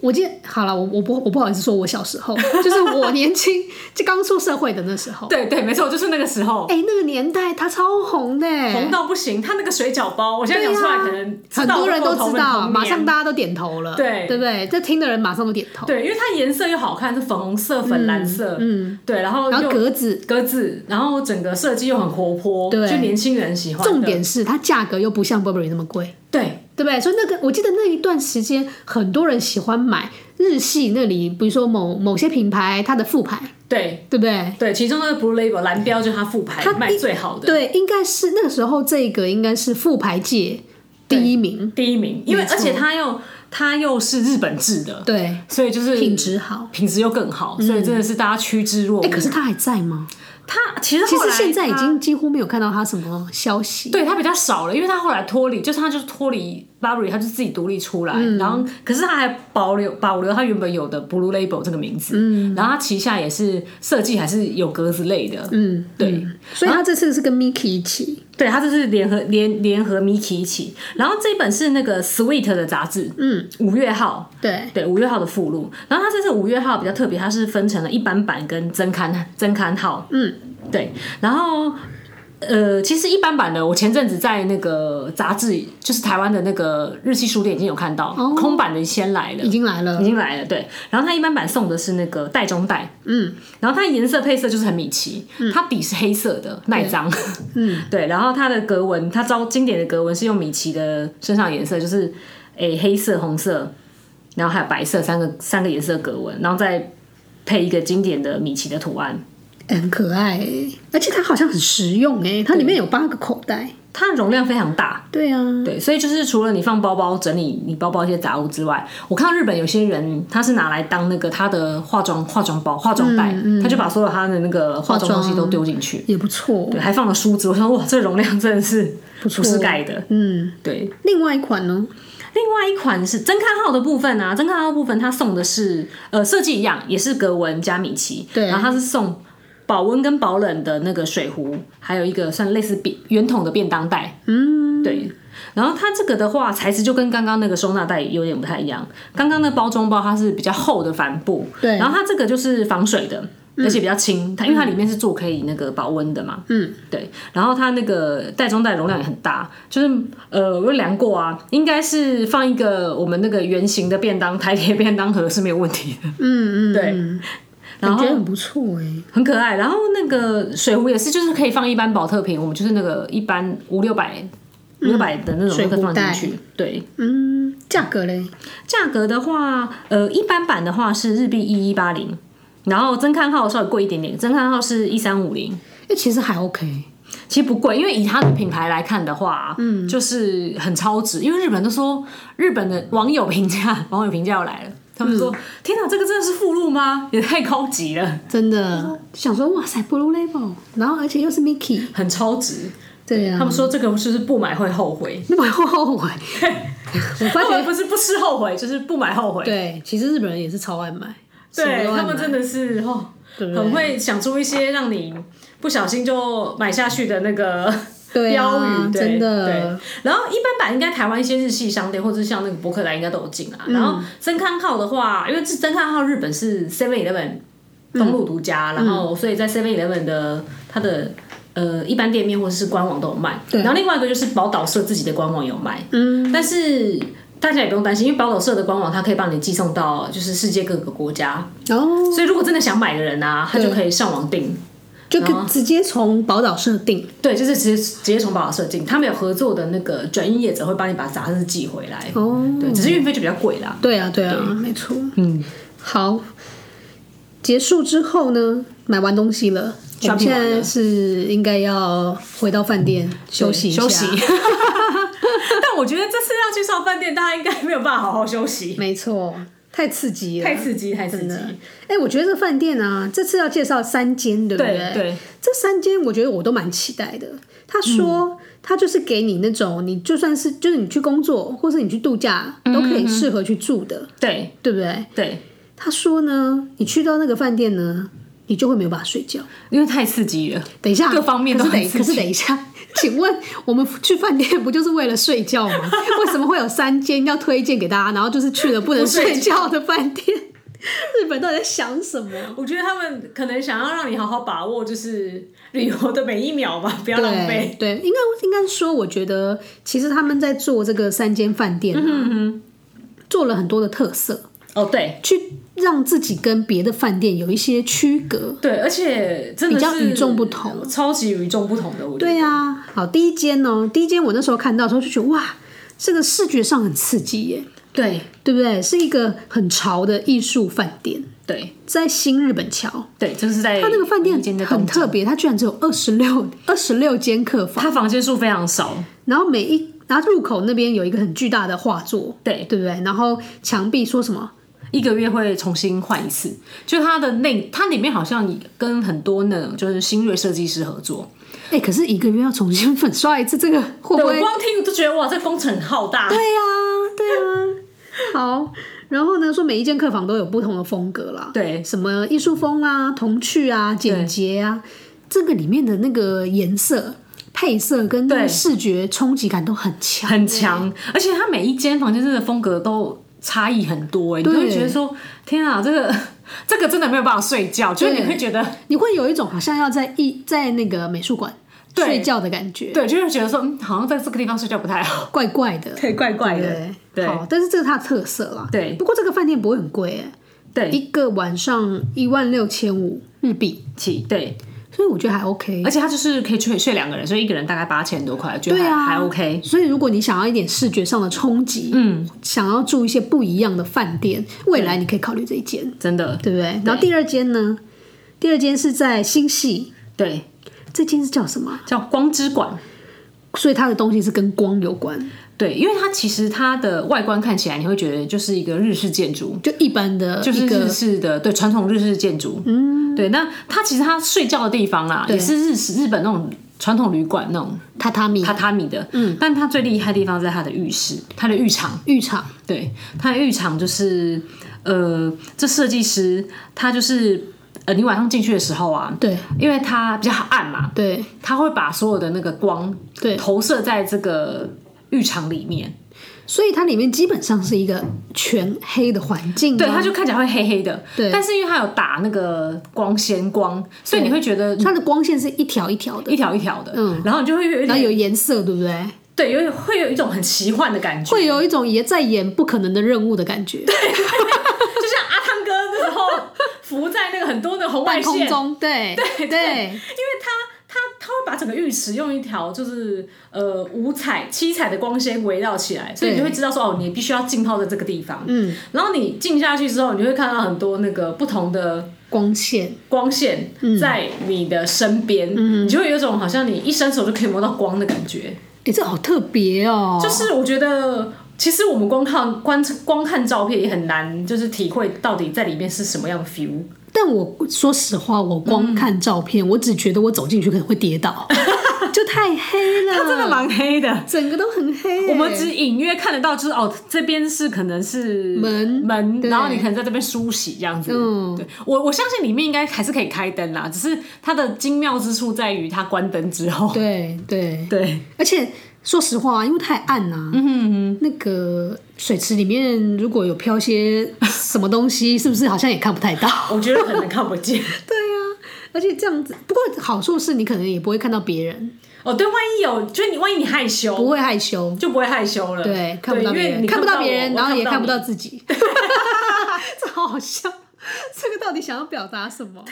A: 我记得好了，我我不我不好意思说我小时候， [laughs] 就是我年轻就刚出社会的那时候。
B: 对对，没错，就是那个时候。
A: 哎、那个年代它超红的、
B: 红到不行，它那个水饺包，我现在
A: 对
B: 讲
A: 呀
B: 出来可能
A: 很多人都知道，马上
B: 大。
A: 大家都点头了，
B: 对
A: 对不对？这听的人马上都点头，
B: 对，因为它颜色又好看，是粉红色、粉蓝色，嗯，对，然后
A: 然后
B: 又
A: 格子。
B: 格子，然后整个设计又很活泼，
A: 对
B: 就年轻人喜欢的。
A: 重点是它价格又不像 Burberry 那么贵，
B: 对
A: 对不对？所以那个我记得那一段时间，很多人喜欢买日系那里，比如说某某些品牌它的副牌，
B: 对
A: 对不对？
B: 对，其中那个 Blue Label 蓝标就是它副牌
A: 它
B: 卖最好的
A: 对，应该是那个时候这个应该是副牌界第一名，
B: 第一名，因为
A: 没错
B: 而且它又它又是日本制的，
A: 对，
B: 所以就是
A: 品质好。
B: 品质又更好，所以真的是大家趋之若鹜。
A: 哎、可是它还在吗？
B: 它其实
A: 其
B: 后
A: 实
B: 来
A: 现在已
B: 它
A: 经几乎没有看到它什么消息。
B: 对他比较少了，因为他后来脱离，就是他就是脱离 Burberry，他就自己独立出来，然后可是他还保留保留他原本有的 Blue Label 这个名字，嗯，然后他旗下也是设计还是有格子类的，
A: 嗯，
B: 对
A: 嗯所以它这次是跟 Miki 一起，
B: 对，他这是联合联联合 Miki 一起，然后这本是那个 Sweet 的杂志，嗯，五月号。
A: 对，
B: 对五月号的附录，然后它这次五月号比较特别，它是分成了一般版跟增刊增刊号。
A: 嗯，
B: 对，然后呃，其实一般版的，我前阵子在那个杂志，就是台湾的那个日系书店已经有看到，
A: 哦
B: 空版的先来了
A: 已。经来了
B: 已，经来了，对。然后它一般版送的是那个袋中袋，嗯，然后它颜色配色就是很米奇，它笔是黑色的，耐脏，嗯， [laughs] 对。然后它的格纹，它招经典的格纹是用米奇的身上颜色，就是诶黑色、红色，然后还有白色三个三个颜色格纹，然后再配一个经典的米奇的图案。
A: 欸很可爱欸、而且它好像很实用哎、它里面有八个口袋。
B: 它的容量非常大，
A: 对啊，
B: 对，所以就是除了你放包包、整理你包包一些杂物之外，我看到日本有些人他是拿来当那个他的化妆化妆包、化妆袋，他就把所有他的那个嗯化妆东西都丢进去，
A: 也不错
B: 对，，还放了梳子。我想哇，这容量真的是不
A: 错
B: 是盖的。
A: 嗯。
B: 对，
A: 另外一款呢，
B: 另外一款是真看号的部分啊，真看号部分他送的是呃设计一样，也是格纹加米奇，
A: 对
B: 然后他是送保温跟保冷的那个水壶，还有一个算类似便圆筒的便当袋，嗯，对。然后它这个的话，材质就跟刚刚那个收纳袋有点不太一样。刚刚那包装包它是比较厚的帆布，
A: 对嗯
B: 然后它这个就是防水的，而且比较轻。它因为它里面是做可以那个保温的嘛，嗯，对。然后它那个袋中袋容量也很大，就是呃，我有量过啊，应该是放一个我们那个圆形的便当台铁便当盒是没有问题的， [laughs]
A: 嗯嗯，
B: 对。然
A: 感
B: 后
A: 觉很不错哎、
B: 很可爱。然后那个水壶也是，就是可以放一般保特瓶，我们就是那个一般五六百、五六百的那种
A: 嗯水
B: 都
A: 壶
B: 可以放进
A: 袋
B: 去。对，
A: 嗯，价格嘞，
B: 价格的话，呃，一般版的话是日币一一八零，然后增刊号稍微贵一点点，增刊号是一三五零。
A: 哎、其实还 OK，
B: 其实不贵，因为以它的品牌来看的话，嗯，就是很超值。因为日本都说日本的网友评价，网友评价又来了，他们说：“天哪，这个真的是附录吗？也太高级了，
A: 真的想说哇塞，Blue Label，然后而且又是 Mickey，
B: 很超值。”嗯
A: 对啊，
B: 他们说这个就是不买会后悔，
A: 那么后 [laughs] 悔，我发
B: 他们
A: 觉
B: 不是不吃后悔，就是不买后悔。
A: 对，其实日本人也是超爱买，
B: 对他们真
A: 的
B: 的是哦，
A: 对
B: 很会想出一些让你不小心就买下去的那个
A: 对啊
B: [laughs] 标语，对
A: 真的
B: 对。然后一般版应该台湾一些日系商店或者是像那个博客来应该都有进啊。
A: 嗯
B: 然后增刊号的话，因为这增刊号日本是 Seven Eleven
A: 嗯
B: 登陆独家，然后所以在 Seven Eleven 的它的。呃，一般店面或者是官网都有卖，然后另外一个就是宝岛社自己的官网有卖，嗯，但是大家也不用担心，因为宝岛社的官网它可以帮你寄送到就是世界各个国家，
A: 哦，
B: 所以如果真的想买的人啊，他就可以上网订。
A: 就可直接从宝岛设定，
B: 对，就是直接直接从宝岛社订，他们有合作的那个转运业者会帮你把杂志寄回来。
A: 哦
B: 对，只是运费就比较贵啦。
A: 对啊，对啊，没错。
B: 嗯，
A: 好，结束之后呢，买完东西了，我
B: Shopping
A: 们现
B: 完啊
A: 在
B: 了
A: 是应该要回到饭店休息一下。
B: 休息。 [laughs] 但我觉得这次要去上饭店，大家应该没有办法好好休息，
A: [laughs] 没错，太刺激了，
B: 太刺激，太刺
A: 真
B: 激
A: 的。。哎、我觉得这饭店啊，这次要介绍三间，对不
B: 对
A: 对？
B: 对
A: 这三间我觉得我都蛮期待的。他
B: 嗯
A: 说，他就是给你那种，你就算是就是你去工作，或是你去度假，都
B: 嗯
A: 可以适合去住的，
B: 对
A: 对不对？
B: 对，
A: 他说呢，你去到那个饭店呢，你就会没有办法睡觉。
B: 因为太刺激了。
A: 等一下，
B: 各方面都
A: 可是等，
B: 很刺
A: 可
B: 激
A: 是等一下， [laughs] 请问我们去饭店不就是为了睡觉
B: [laughs]
A: 吗？为什么会有三间要推荐给大家，然后就是去了不能睡觉的饭
B: [laughs]
A: 店？日本到底在想什么？
B: 我觉得他们可能想要让你好好把握，就是旅游的每一秒吧，不要浪
A: 对
B: 费。
A: 对，应该应该说，我觉得其实他们在做这个三间饭店、啊，
B: 嗯
A: 做了很多的特色，
B: 哦，对
A: 去让自己跟别的饭店有一些区隔。
B: 对，而且真的
A: 比较
B: 是
A: 与众不同，
B: 超级与众不同的。我觉得
A: 对呀、啊好，第一间哦，第一间我那时候看到的时候就觉得哇，这个视觉上很刺激耶，
B: 对
A: 对不对？是一个很潮的艺术饭店，
B: 对
A: 在新日本桥。
B: 对，就是在
A: 它那个饭店
B: 民间的
A: 很
B: 动
A: 特
B: 作，
A: 别，它居然只有二十六二十六间客房，
B: 它房间数非常少，
A: 然后每一然后入口那边有一个很巨大的画作，
B: 对，
A: 对不对？然后墙壁说什么？
B: 一个月会重新换一次。就它的内，它里面好像跟很多那种就是新锐设计师合作，
A: 哎，可是一个月要重新粉刷一次，这个会不
B: 对我
A: 会？
B: 光听我就觉得哇，这工程浩大。
A: 对呀、对呀、好，然后呢，说每一间客房都有不同的风格啦，
B: 对
A: 什么艺术风啊、童趣啊、简洁啊，这个里面的那个颜色、配色跟那个
B: 对
A: 视觉冲击感都很强。
B: 很强，而且它每一间房间真的风格都差异很多哎、你都会
A: 对
B: 觉得说，天啊，这个 [laughs] 这个真的没有办法睡觉，就是你会觉得，
A: 你会有一种好像要在一在那个美术馆
B: 对
A: 睡觉的感觉，
B: 对，就会觉得说，嗯，好像在这个地方睡觉不太好，
A: 怪怪的。
B: 对，怪怪
A: 对，
B: 对
A: 好，但是这是它的特色啦。
B: 对
A: 不过这个饭店不会很贵哎、
B: 对，
A: 一个晚上一万六千五日币，
B: 起对，
A: 所以我觉得还 OK。
B: 而且它就是可以睡睡两个人，所以一个人大概八千多块，觉得
A: 对
B: 还、
A: 啊
B: 还 OK。
A: 所以如果你想要一点视觉上的冲击，
B: 嗯，
A: 想要住一些不一样的饭店，未来你可以考虑这一间，
B: 真的，
A: 对不对？然后第二间呢？第二间是在新系，
B: 对，
A: 这间是叫什么啊？
B: 叫光之馆。
A: 所以它的东西是跟光有关，
B: 对，因为它其实它的外观看起来，你会觉得就是一个日式建筑，
A: 就一般的
B: 就
A: 一
B: 是
A: 个
B: 日式的对传统日式建筑。嗯，对。那它其实它睡觉的地方啊，也是日式日本那种传统旅馆那种
A: 榻榻米
B: 榻榻米的。嗯，但它最厉害的地方在它的浴室，它的浴场。
A: 浴场，
B: 对， [laughs] 它的浴场就是呃，这设计师他就是呃，你晚上进去的时候啊，
A: 对
B: 因为它比较暗嘛，
A: 对
B: 它会把所有的那个光
A: 对，
B: 投射在这个浴场里面，
A: 所以它里面基本上是一个全黑的环境、啊，
B: 对，它就看起来会黑黑的。
A: 对
B: 但是因为它有打那个光纤光，所以你会觉得
A: 它的光线是一条一条的，
B: 一条一条的，嗯，然后你就会有
A: 然
B: 点
A: 后有颜色，对不对？
B: 对，有点会有一种很奇幻的感觉，
A: 会有一种也在演不可能的任务的感觉，
B: 就像阿汤哥那时候 [laughs] 浮在那个很多的红外
A: 半空
B: 线。
A: 中，对
B: [laughs]
A: 对对
B: 因为它它它会把整个浴池用一条就是呃五彩七彩的光线围绕起来，所以你就会知道说哦，你必须要浸泡在这个地方。嗯，然后你浸下去之后，你就会看到很多那个不同的
A: 光线，
B: 光线在你的身边，你就会有一种好像你一伸手就可以摸到光的感觉。
A: 哎、这好特别哦，
B: 就是我觉得。其实我们光看光光看照片也很难，就是体会到底在里面是什么样的 feel。
A: 但我说实话，我光看照片，我只觉得我走进去可能会跌 [laughs] 倒，就太黑了，
B: 它真的蛮黑的，
A: 整个都很黑、
B: 我们只隐约看得到，就是哦，这边是可能是
A: 门
B: 门，
A: 对
B: 然后你可能在这边梳洗这样子。
A: 嗯
B: 对我我相信里面应该还是可以开灯啦，只是它的精妙之处在于它关灯之后， [laughs]
A: 对对，
B: 对
A: 而且说实话，因为太暗啊，那个水池里面如果有飘些什么东西， [laughs] 是不是好像也看不太 [laughs] 到？
B: 我觉得可能看不见。
A: 对呀、而且这样子，不过好处是你可能也不会看到别人，
B: [laughs] 哦，对，万一有，就是你万一你害羞，
A: 不会害羞，
B: 就不会害 [laughs] 羞了。
A: 对，看不到
B: 因
A: 别
B: 为
A: 人，
B: 你
A: 看不
B: 到
A: 到别人，
B: 我
A: 然后也看不
B: 你
A: 到自
B: [laughs]
A: 己，这好好笑。这个到底想要表达什么？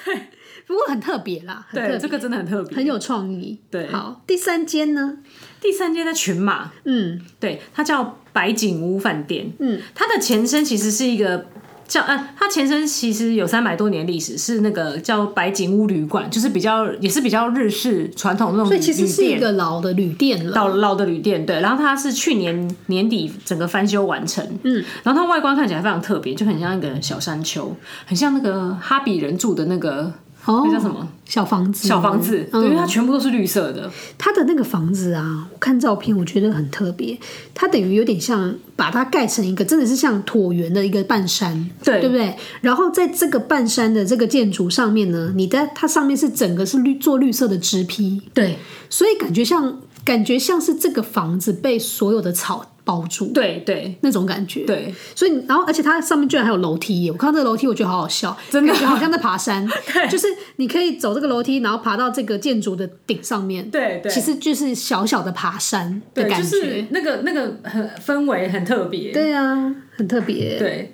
A: 不过很特别啦，很特
B: 对，
A: 别
B: 这个真的很特别。
A: 很有创意。
B: 对
A: 好，第三间呢？
B: 第三间在群马，
A: 嗯，
B: 对，它叫白景屋饭店。嗯，它的前身其实是一个叫啊，它前身其实有三百多年历史，是那个叫白景屋旅馆，就是比较也是比较日式传统那种
A: 所
B: 哦旅
A: 以其实是一个老的旅店了。
B: 老老的旅店。对，然后它是去年年底整个翻修完成。嗯，然后它外观看起来非常特别，就很像一个小山丘，很像那个哈比人住的那个。
A: 哦，
B: 那叫什么
A: 小房子？嗯
B: 小房子，对因为它全部都是绿色的，
A: 它的那个房子啊，我看照片我觉得很特别，它等于有点像把它盖成一个真的是像椭圆的一个半山，
B: 对
A: 对不对？然后在这个半山的这个建筑上面呢，你在它上面是整个是绿做绿色的植披，
B: 对
A: 所以感觉像感觉像是这个房子被所有的草包住
B: 对对
A: 那种感觉，。
B: 对，
A: 所以，然后，而且它上面居然还有楼梯耶！我看到这个楼梯，我觉得好好笑，
B: 真的
A: 感觉好像在爬
B: [laughs]
A: 山。就是你可以走这个楼梯，然后爬到这个建筑的顶上面。
B: 对对
A: 其实就是小小的爬山的
B: 对，
A: 感
B: 就
A: 觉。
B: 是那个那个很氛围很特别，
A: 对啊，很特别。
B: 对，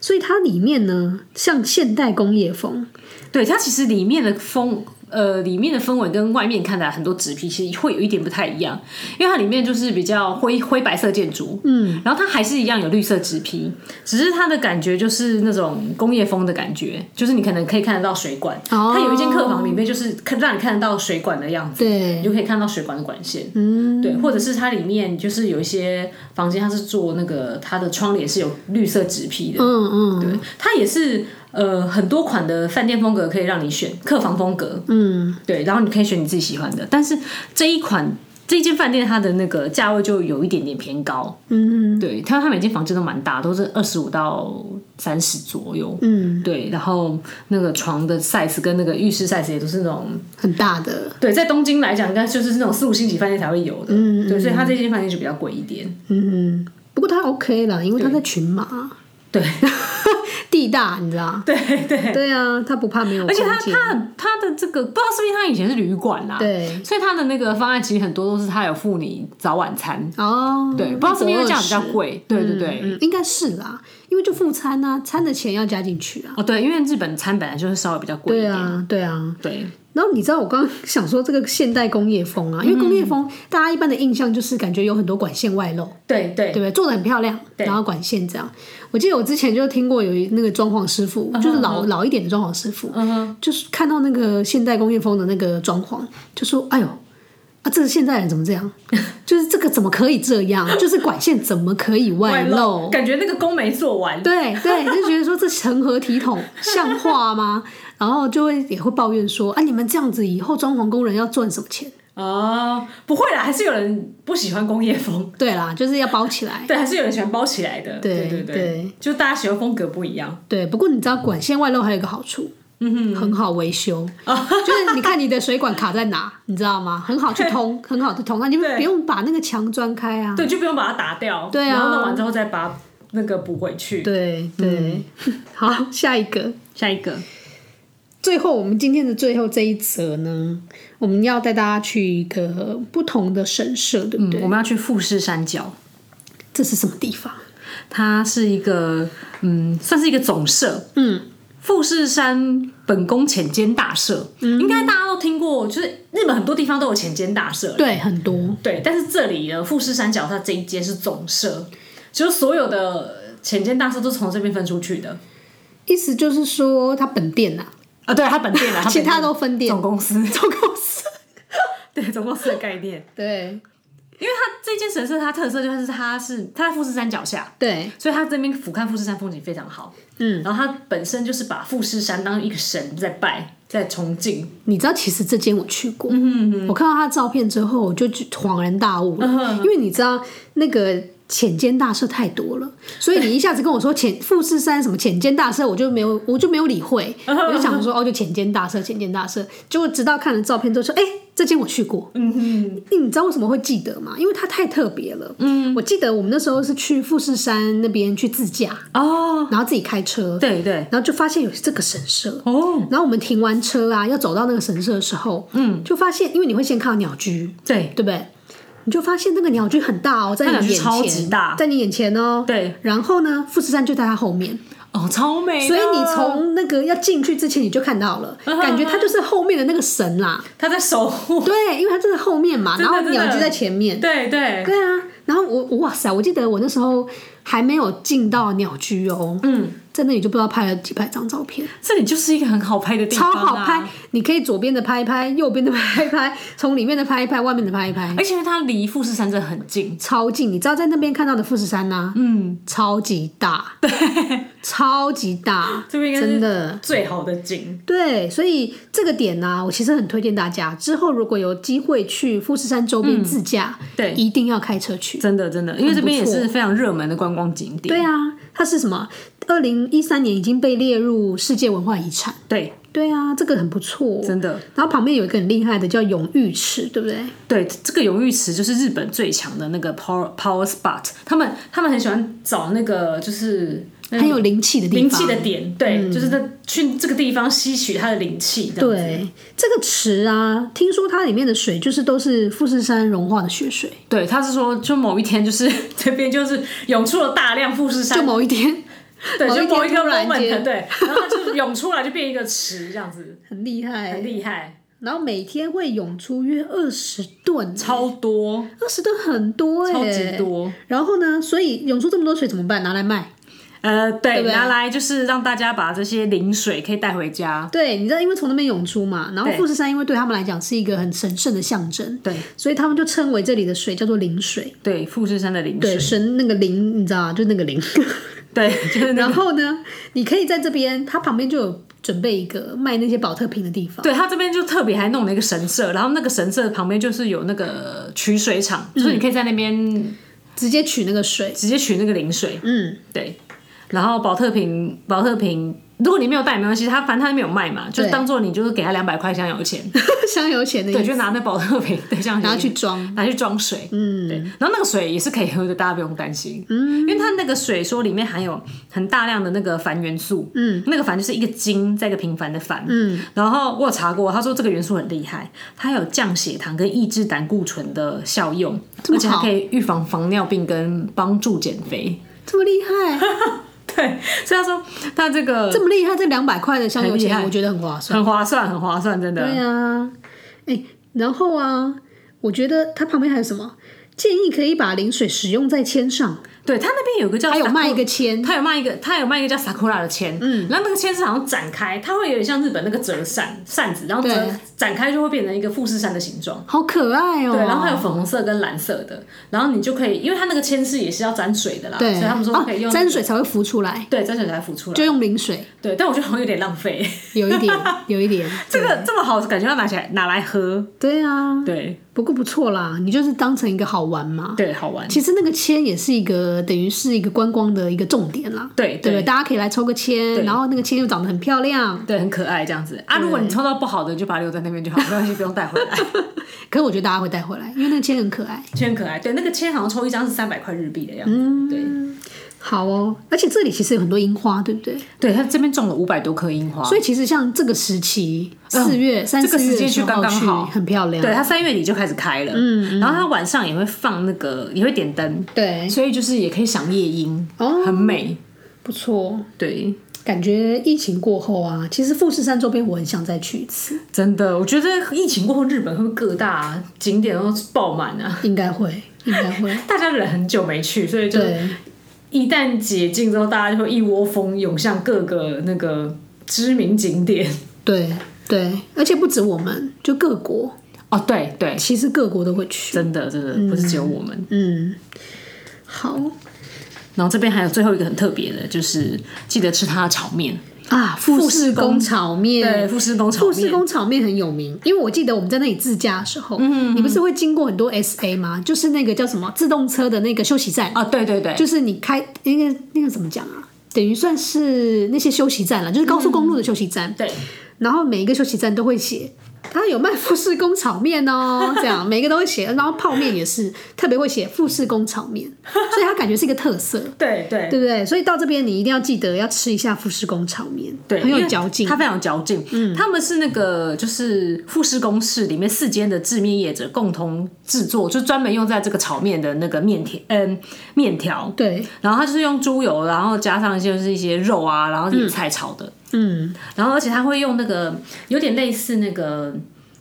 A: 所以它里面呢，像现代工业风，
B: 对，它其实里面的风，呃，里面的氛围跟外面看的很多纸皮其实会有一点不太一样，因为它里面就是比较灰灰白色建筑，嗯，然后它还是一样有绿色纸皮，只是它的感觉就是那种工业风的感觉，就是你可能可以看得到水管，
A: 哦
B: 它有一间客房里面就是看让你看得到水管的样子，
A: 对
B: 你就可以看到水管的管线，嗯，对，或者是它里面就是有一些房间它是做那个它的窗帘是有绿色纸皮的，
A: 嗯嗯，
B: 对，它也是呃很多款的饭店风格可以让你选，客房风格，嗯，对，然后你可以选你自己喜欢的，但是这一款。这一间饭店它的那个价位就有一点点偏高，嗯，对，它它每间房间都蛮大，都是二十五到三十左右，嗯，对，然后那个床的 size 跟那个浴室 size 也都是那种，
A: 很大的。
B: 对，在东京来讲，应该就是那种四五星级饭店才会有的，嗯，对，所以它这间饭店就比较贵一点，
A: 嗯不过它 OK 啦，因为它在群马。
B: 对，
A: [laughs] 地大，你知道？
B: 对对，
A: 对啊，他不怕没有
B: 而
A: 空
B: 且
A: 间，
B: 他他很他的这个不知道是不是因为他以前是旅馆啦，，
A: 对
B: 所以他的那个方案其实很多都是他有付你早晚餐，
A: 哦，
B: 对，不知道是不是因为这样比较
A: 120
B: 贵，对对对。
A: 嗯应该是啦，因为就付餐啊，餐的钱要加进去啊。
B: 哦，对，因为日本餐本来就是稍微比较贵一
A: 对
B: 点，
A: 啊，对啊。
B: 对，
A: 然后你知道我刚刚想说这个现代工业风啊，因为工业风、大家一般的印象就是感觉有很多管线外露，
B: 对
A: 对
B: 对
A: 不对？做的很漂亮，然后管线这样。我记得我之前就听过有一那个装潢师傅，就是老、老一点的装潢师傅，就是看到那个现代工业风的那个装潢，就说：“哎呦，啊，这个现代人怎么这样？ [laughs] 就是这个怎么可以这样？就是管线怎么可以 [laughs] 外露？”
B: 感觉那个工没做完，
A: 对对，就觉得说这成何体统，像话吗？然后就会也会抱怨说：“啊，你们这样子以后装潢工人要赚什么钱
B: 哦，不会啦，还是有人不喜欢工业风，？” [laughs]
A: 对啦，就是要包起来。
B: 对，还是有人喜欢包起来的，
A: 对
B: 对对，
A: 对
B: 就大家喜欢风格不一样，
A: 对，不过你知道管线外露还有一个好处，嗯哼，很好维修，就是你看你的水管卡在哪，你知道吗？很好去 [laughs] 通，很好去通，那你们不用把那个墙钻开啊。
B: 对，就不用把它打掉，
A: 对啊
B: 然后弄完之后再把那个补回去。
A: 对嗯对， [laughs] 好，下一个。
B: 下一个，
A: 最后，我们今天的最后这一则呢，我们要带大家去一个不同的神社，对不对？
B: 嗯，我们要去富士山脚，
A: 这是什么地方？
B: 它是一个嗯，算是一个总社，
A: 嗯，
B: 富士山本宫浅间大社，
A: 嗯
B: 应该大家都听过，就是日本很多地方都有浅间大社，
A: 对，很多，
B: 对，但是这里的富士山脚下这一间是总社，就是所有的浅间大社都从这边分出去的
A: 意思就是说它本店呐、
B: 啊，对，它本店啦，
A: 啊，其他都分店
B: 总，公司， [laughs] 总公司，对，总公司的概念，
A: 对
B: 因为它这间神社它特色就是它是它在富士山脚下，
A: 对，
B: 所以它这边俯瞰富士山风景非常好，
A: 嗯，
B: 然后它本身就是把富士山当一个神在拜，在崇敬，
A: 你知道，其实这间我去
B: 嗯
A: 过，我看到他的照片之后，我就恍然大悟
B: 嗯
A: 了，因为你知道那个。浅间大社太多了，所以你一下子跟我说
B: [laughs]
A: 浅富士山什么浅间大社，我就没有我就没有理会，
B: 嗯
A: 我就想说哦，就浅间大社浅间大社，结果直到看了照片之后说，哎、这间我去过，欸
B: 嗯
A: 你知道为什么会记得吗？因为它太特别了，嗯，我记得我们那时候是去富士山那边去自驾，
B: 哼，哦，
A: 然后自己开车，
B: 对对，
A: 然后就发现有这个神社，
B: 哦，
A: 然后我们停完车啊，要走到那个神社的时候，嗯，就发现，因为你会先看到鸟居，
B: 对
A: 对不对？你就发现那个鸟居很大哦，在
B: 那
A: 你
B: 鸟
A: 眼
B: 居
A: 前，
B: 超级大
A: 在你眼前哦。
B: 对，
A: 然后呢，富士山就在它后面，
B: 哦，超美的，
A: 所以你从那个要进去之前你就看到了，
B: 嗯
A: 感觉它就是后面的那个神啦。
B: 他在守护，
A: 对，因为它就在后面嘛，
B: 嗯真
A: 然
B: 的
A: 后
B: 真的
A: 鸟居在前面。
B: 对对，
A: 对啊，然后我哇塞，我记得我那时候还没有进到鸟居哦，
B: 嗯，
A: 在那里就不知道拍了几百张照片。
B: 这里就是一个很好拍的地
A: 超
B: 方、啊，
A: 好拍，，你可以左边的拍一拍，右边的拍一拍， [laughs] 从里面的拍一拍，外面的拍一拍，
B: 而且它离富士山真的很近，
A: 超近。你知道在那边看到的富士山呐、
B: 嗯，
A: 超级大，对，超级大，
B: [laughs] 这边应该是
A: 真的。
B: 最好的景，
A: 对，所以这个点呢、我其实很推荐大家，之后如果有机会去富士山周边自驾，
B: 对
A: 一定要开车去。
B: 真的真的，因为这边也
A: 很不错
B: 是非常热门的观光景点，
A: 对啊，它是什么？二零一三年已经被列入世界文化遗产。
B: 对，
A: 对啊，这个很不错。
B: 真的，
A: 然后旁边有一个很厉害的叫永浴池，对不对？
B: 对，这个永浴池就是日本最强的那个 power power spot，他们他们很喜欢找那个就是那
A: 很有灵气的地方。
B: 嗯
A: 嗯
B: 灵气的点，对，就是在去这个地方吸取它的灵气，这样子，
A: 对，这个池啊，听说它里面的水就是都是富士山融化的雪水，
B: 对，他是说就某一天就是 [laughs] 这边就是涌出了大量富士
A: 就
B: 山，
A: 某一天
B: 对，
A: 某一
B: 就
A: 天
B: 某一个
A: 突然
B: moment，
A: 间
B: 对，然后它就涌出来就变一个池这样子，
A: 很厉
B: 很
A: 害，
B: 厉害，
A: 然后每天会涌出约二十吨，
B: 超多，
A: 二十吨很多哎、
B: 超级。多。
A: 然后呢，所以涌出这么多水怎么办？拿来卖。
B: 呃，对，
A: 对不对
B: 拿来就是让大家把这些灵水可以带回家。
A: 对，你知道，因为从那边涌出嘛，然后
B: 对
A: 富士山因为对他们来讲是一个很神圣的象征，
B: 对
A: 所以他们就称为这里的水叫做灵水，
B: 对，富士山的灵
A: 对，
B: 水，
A: 神那个灵，你知道吗？就那个灵。
B: 对，就是那
A: 然
B: 个。
A: 后呢，你可以在这边，它旁边就有准备一个卖那些保特瓶的地方。
B: 对他这边就特别还弄了一个神社，然后那个神社旁边就是有那个取水厂，就是
A: 嗯
B: 你可以在那边
A: 直接取那个水。
B: 直接取那个灵水。
A: 嗯， [laughs]
B: 对，然后保特瓶保特瓶如果你没有带没关系，他反正他没有卖嘛，就
A: 对
B: 当做你就是给他两百块香油钱，
A: 香油钱的意
B: 对，
A: 思，
B: 就拿那保特瓶 [laughs] 对香油钱
A: 拿去装。
B: 拿去装水，嗯，对，然后那个水也是可以喝的，大家不用担心，嗯，因为它那个水说里面含有很大量的那个钒元素，嗯，那个钒就是一个金再一个平凡的凡，嗯，然后我有查过，他说这个元素很厉害，它有降血糖跟抑制胆固醇的效用，
A: 这么
B: 而且还
A: 好
B: 可以预防糖尿病跟帮助减肥， [laughs]
A: 这么厉害，
B: 对，所以他说他这个
A: 这么厉害，这两百块的香油
B: 很厉
A: 钱，
B: 害
A: 我觉得很划算。
B: 很划算，很划算，真的，
A: 对啊，哎、然后啊，我觉得它旁边还有什么建议可以把零水使用在铅上，
B: 对他那边有个叫
A: 还有
B: 撒
A: 卖一个铅，
B: 他有卖一个，他有卖一个叫 Sakura 的签，嗯，然后那个签是好像展开，它会有点像日本那个折扇扇子，然后折
A: 对
B: 展开就会变成一个富士山的形状。
A: 好可爱哦、
B: 对，然后还有粉红色跟蓝色的，然后你就可以，因为它那个签是也是要沾水的啦，
A: 对，
B: 所以他们说可以用、
A: 哦、沾水，才会浮出来，
B: 对，沾水才浮出来，
A: 就用零水，
B: 对，但我觉得好像有点浪费，
A: 有一
B: [laughs]
A: 点，有一点。
B: 这个这么好，感觉要拿起来拿来喝，
A: 对啊，
B: 对
A: 不过不错啦，你就是当成一个好玩嘛。
B: 对，好玩，
A: 其实那个签也是一个，等于是一个观光的一个重点啦。对
B: 对
A: 不
B: 对
A: 对？大家可以来抽个签，然后那个签又长得很漂亮。
B: 对，很可爱这样子啊。如果你抽到不好的，你就把它留在那边就好，没关系，不用带回来，
A: 可是我觉得大家会带回来，因为那个签很可爱。
B: 签很可爱。对，那个签好像抽一张是三百块日币的样子，对。
A: 好哦，而且这里其实有很多樱花，对不对？
B: 对他这边种了五百多棵樱花，
A: 所以其实像这个时期，四月、三
B: 嗯这个
A: 四月
B: 时间
A: 的时
B: 去
A: 候
B: 刚刚
A: 去
B: 好
A: 很漂亮。
B: 对他三月底就开始开了，嗯，然后他晚上也会放那个，也会点灯，
A: 对，
B: 所以就是也可以赏夜莺，
A: 哦
B: 很美，
A: 不错。
B: 对，
A: 感觉疫情过后啊，其实富士山周边我很想再去一次，
B: 真的，我觉得疫情过后，日本会各大景点都爆满啊，
A: 应该会，应该会。
B: 大家忍很久没去，所以 [laughs] 就
A: 对，
B: 一旦解禁之后，大家就会一窝蜂涌向各个那个知名景点。
A: 对，对，而且不止我们，就各国，
B: 哦，对对，
A: 其实各国都会去。
B: 真的真的不是只有我们，
A: 嗯，好
B: 然后这边还有最后一个很特别的，就是记得吃它的炒面。
A: 啊，富士宫炒
B: 对，
A: 面。
B: 富士宫炒
A: 富士
B: 面。
A: 宫炒面很有名，因为我记得我们在那里自驾的时候，嗯，你不是会经过很多 SA 吗？就是那个叫什么自动车的那个休息站，
B: 啊，对对对，
A: 就是你开那个那个怎么讲啊？等于算是那些休息站了，就是高速公路的休息站。
B: 对
A: 然后每一个休息站都会写，它有卖富士宫炒面哦，
B: [laughs]
A: 这样每个都会写，然后泡面也是特别会写富士宫炒面，所以它感觉是一个特色，
B: [laughs] 对对
A: 对不对？所以到这边你一定要记得要吃一下富士宫炒面，
B: 对，
A: 很
B: 因
A: 有
B: 为
A: 嚼劲
B: 它。非常有嚼劲。嗯，他们是那个就是富士宫市里面四间的制面业者共同制作，就专门用在这个炒面的那个面条，嗯，面条。
A: 对，
B: 然后它就是用猪油，然后加上一些就是一些肉啊，然后野菜炒的。
A: 嗯，
B: 然后而且它会用那个有点类似那个。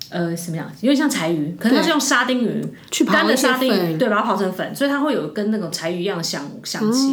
B: 呃，什么样？有点像柴鱼，可是它是用沙丁鱼
A: 去刨
B: 干的
A: 一些
B: 沙丁鱼，
A: 粉
B: 对，把它刨成粉，所以它会有跟那种柴鱼一样的香香气，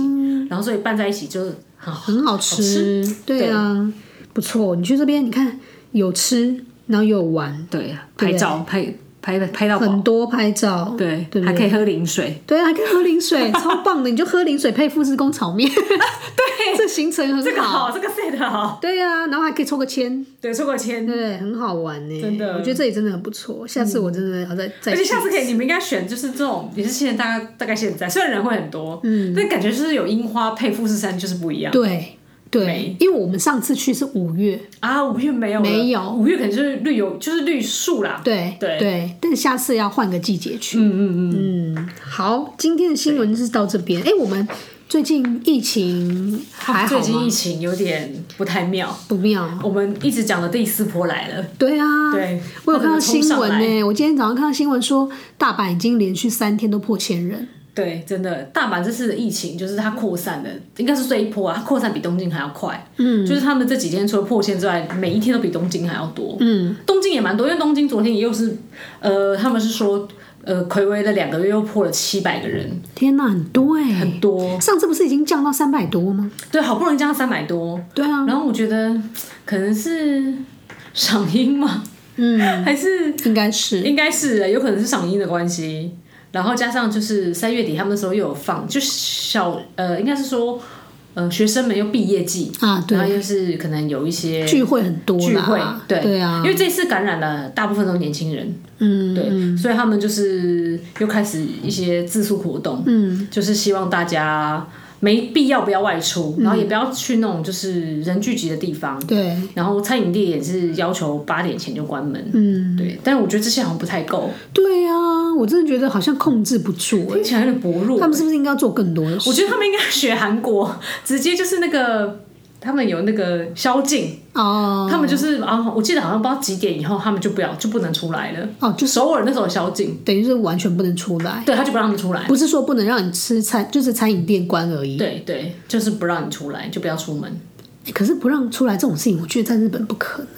B: 然后所以拌在一起就很好
A: 很好吃，对啊，不错。你去这边，你看有吃，然后有玩，
B: 对，拍照拍拍拍到饱，
A: 很多拍照，
B: 对，
A: 对不
B: 还
A: 对？
B: 可以喝零水，
A: 对啊，还可以喝零
B: [laughs]
A: 水，超棒的！你就喝零水配富士宫炒面，对， [laughs] 这行程很好。
B: 好，这个 set 好，
A: 对呀、然后还可以抽个签，
B: 对，出国签，
A: 对，很好玩呢。
B: 真的嗯
A: 我觉得这里真的很不错，下次我真的要再、再
B: 而
A: 去
B: 且。下次可以，你们应该选就是这种，也是现在大概大概现在，虽然人会很多，嗯，但感觉就是有樱花配富士山就是不一样
A: 对对
B: 没，
A: 因为我们上次去是五月，
B: 啊。五月没有了，
A: 没有
B: 五月可能就是绿油，就是绿树啦，
A: 对
B: 对
A: 对，但是下次要换个季节去。
B: 嗯嗯嗯，
A: 嗯，好，今天的新闻就是到这边。哎，我们最近疫情还好
B: 哦最近
A: 吗？
B: 疫情有点不太妙，
A: 不妙。
B: 我们一直讲的第四波来了，
A: 对啊，
B: 对
A: 我有看到新
B: 它怎么冲
A: 闻
B: 上
A: 呢、
B: 来
A: 我今天早上看到新闻说，大阪已经连续三天都破千人。
B: 对，真的，大阪这次的疫情就是它扩散的，应该是这一波啊，它扩散比东京还要快。嗯，就是他们这几天除了破线之外，每一天都比东京还要多。嗯，东京也蛮多，因为东京昨天也又是，呃，他们是说，呃，暌违了两个月又破了七百个人，
A: 天哪，很多哎、
B: 很多。
A: 上次不是已经降到三百多吗？
B: 对，好不容易降到三百多，
A: 对啊，
B: 然后我觉得可能是 [laughs] 赏樱嘛，
A: 嗯，
B: 还是
A: 应该是。
B: 应该是有可能是赏樱的关系，然后加上就是三月底他们那时候又有放，就小呃，应该是说呃学生们又毕业季
A: 啊对
B: 然后又是可能有一些
A: 聚会很多啦，
B: 聚会，对
A: 对啊
B: 因，为这次感染了大部分都是年轻人，
A: 嗯，
B: 对，所以
A: 嗯
B: 他们就是又开始一些自述活动，嗯，就是希望大家没必要不要外出，然后也不要去那种就是人聚集的地方。
A: 嗯对，
B: 然后餐饮店也是要求八点前就关门，嗯，对。但我觉得这些好像不太够，
A: 对啊，我真的觉得好像控制不住哎、
B: 听起来有点薄弱。
A: 他们是不是应该要做更多的
B: 我
A: 事？
B: 觉得他们应该学韩国，直接就是那个他们有那个宵禁，
A: 哦，
B: 他们就是啊，我记得好像不知道几点以后，他们就不要就不能出来了。
A: 哦，就哎
B: 首尔那时候有宵禁，
A: 等于是完全不能出来，
B: 对他就不让他们出来，
A: 不是说不能让你吃餐，就是餐饮店关而已。
B: 对对，就是不让你出来，就不要出门。
A: 欸可是不让出来这种事情，我觉得在日本不可能，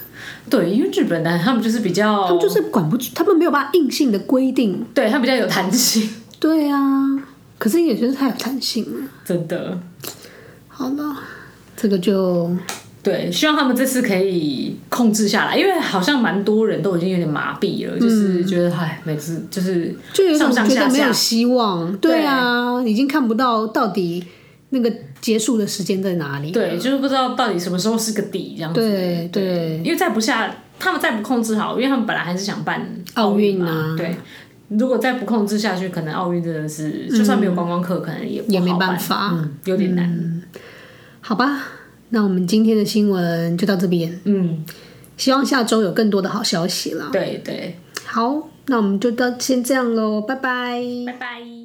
B: 对，因为日本人他们就是比较，
A: 他们就是管不住，他们没有办法硬性的规定。
B: 对他比较有弹性，
A: 对啊，可是也就是太有弹性了。
B: 真的。
A: 好了，这个就
B: 对，希望他们这次可以控制下来，因为好像蛮多人都已经有点麻痹了，
A: 嗯
B: 就是觉得哎，每次就是
A: 就有一种
B: 上上
A: 觉
B: 下
A: 得没有
B: 下，
A: 希望。对啊，已经看不到到底那个结束的时间在哪里。
B: 对，就是不知道到底什么时候是个底这样子。
A: 对对，
B: 因为再不下，他们再不控制好，因为他们本来还是想办
A: 奥运
B: 嘛
A: 啊
B: 对。如果再不控制下去，可能奥运真的是，就算没有观光客，可能也不
A: 嗯也没
B: 好
A: 办法
B: 嗯，有点难。
A: 好吧，那我们今天的新闻就到这边，
B: 嗯，
A: 希望下周有更多的好消息啦。
B: 对对，
A: 好，那我们就到先这样喽，拜拜。
B: 拜拜。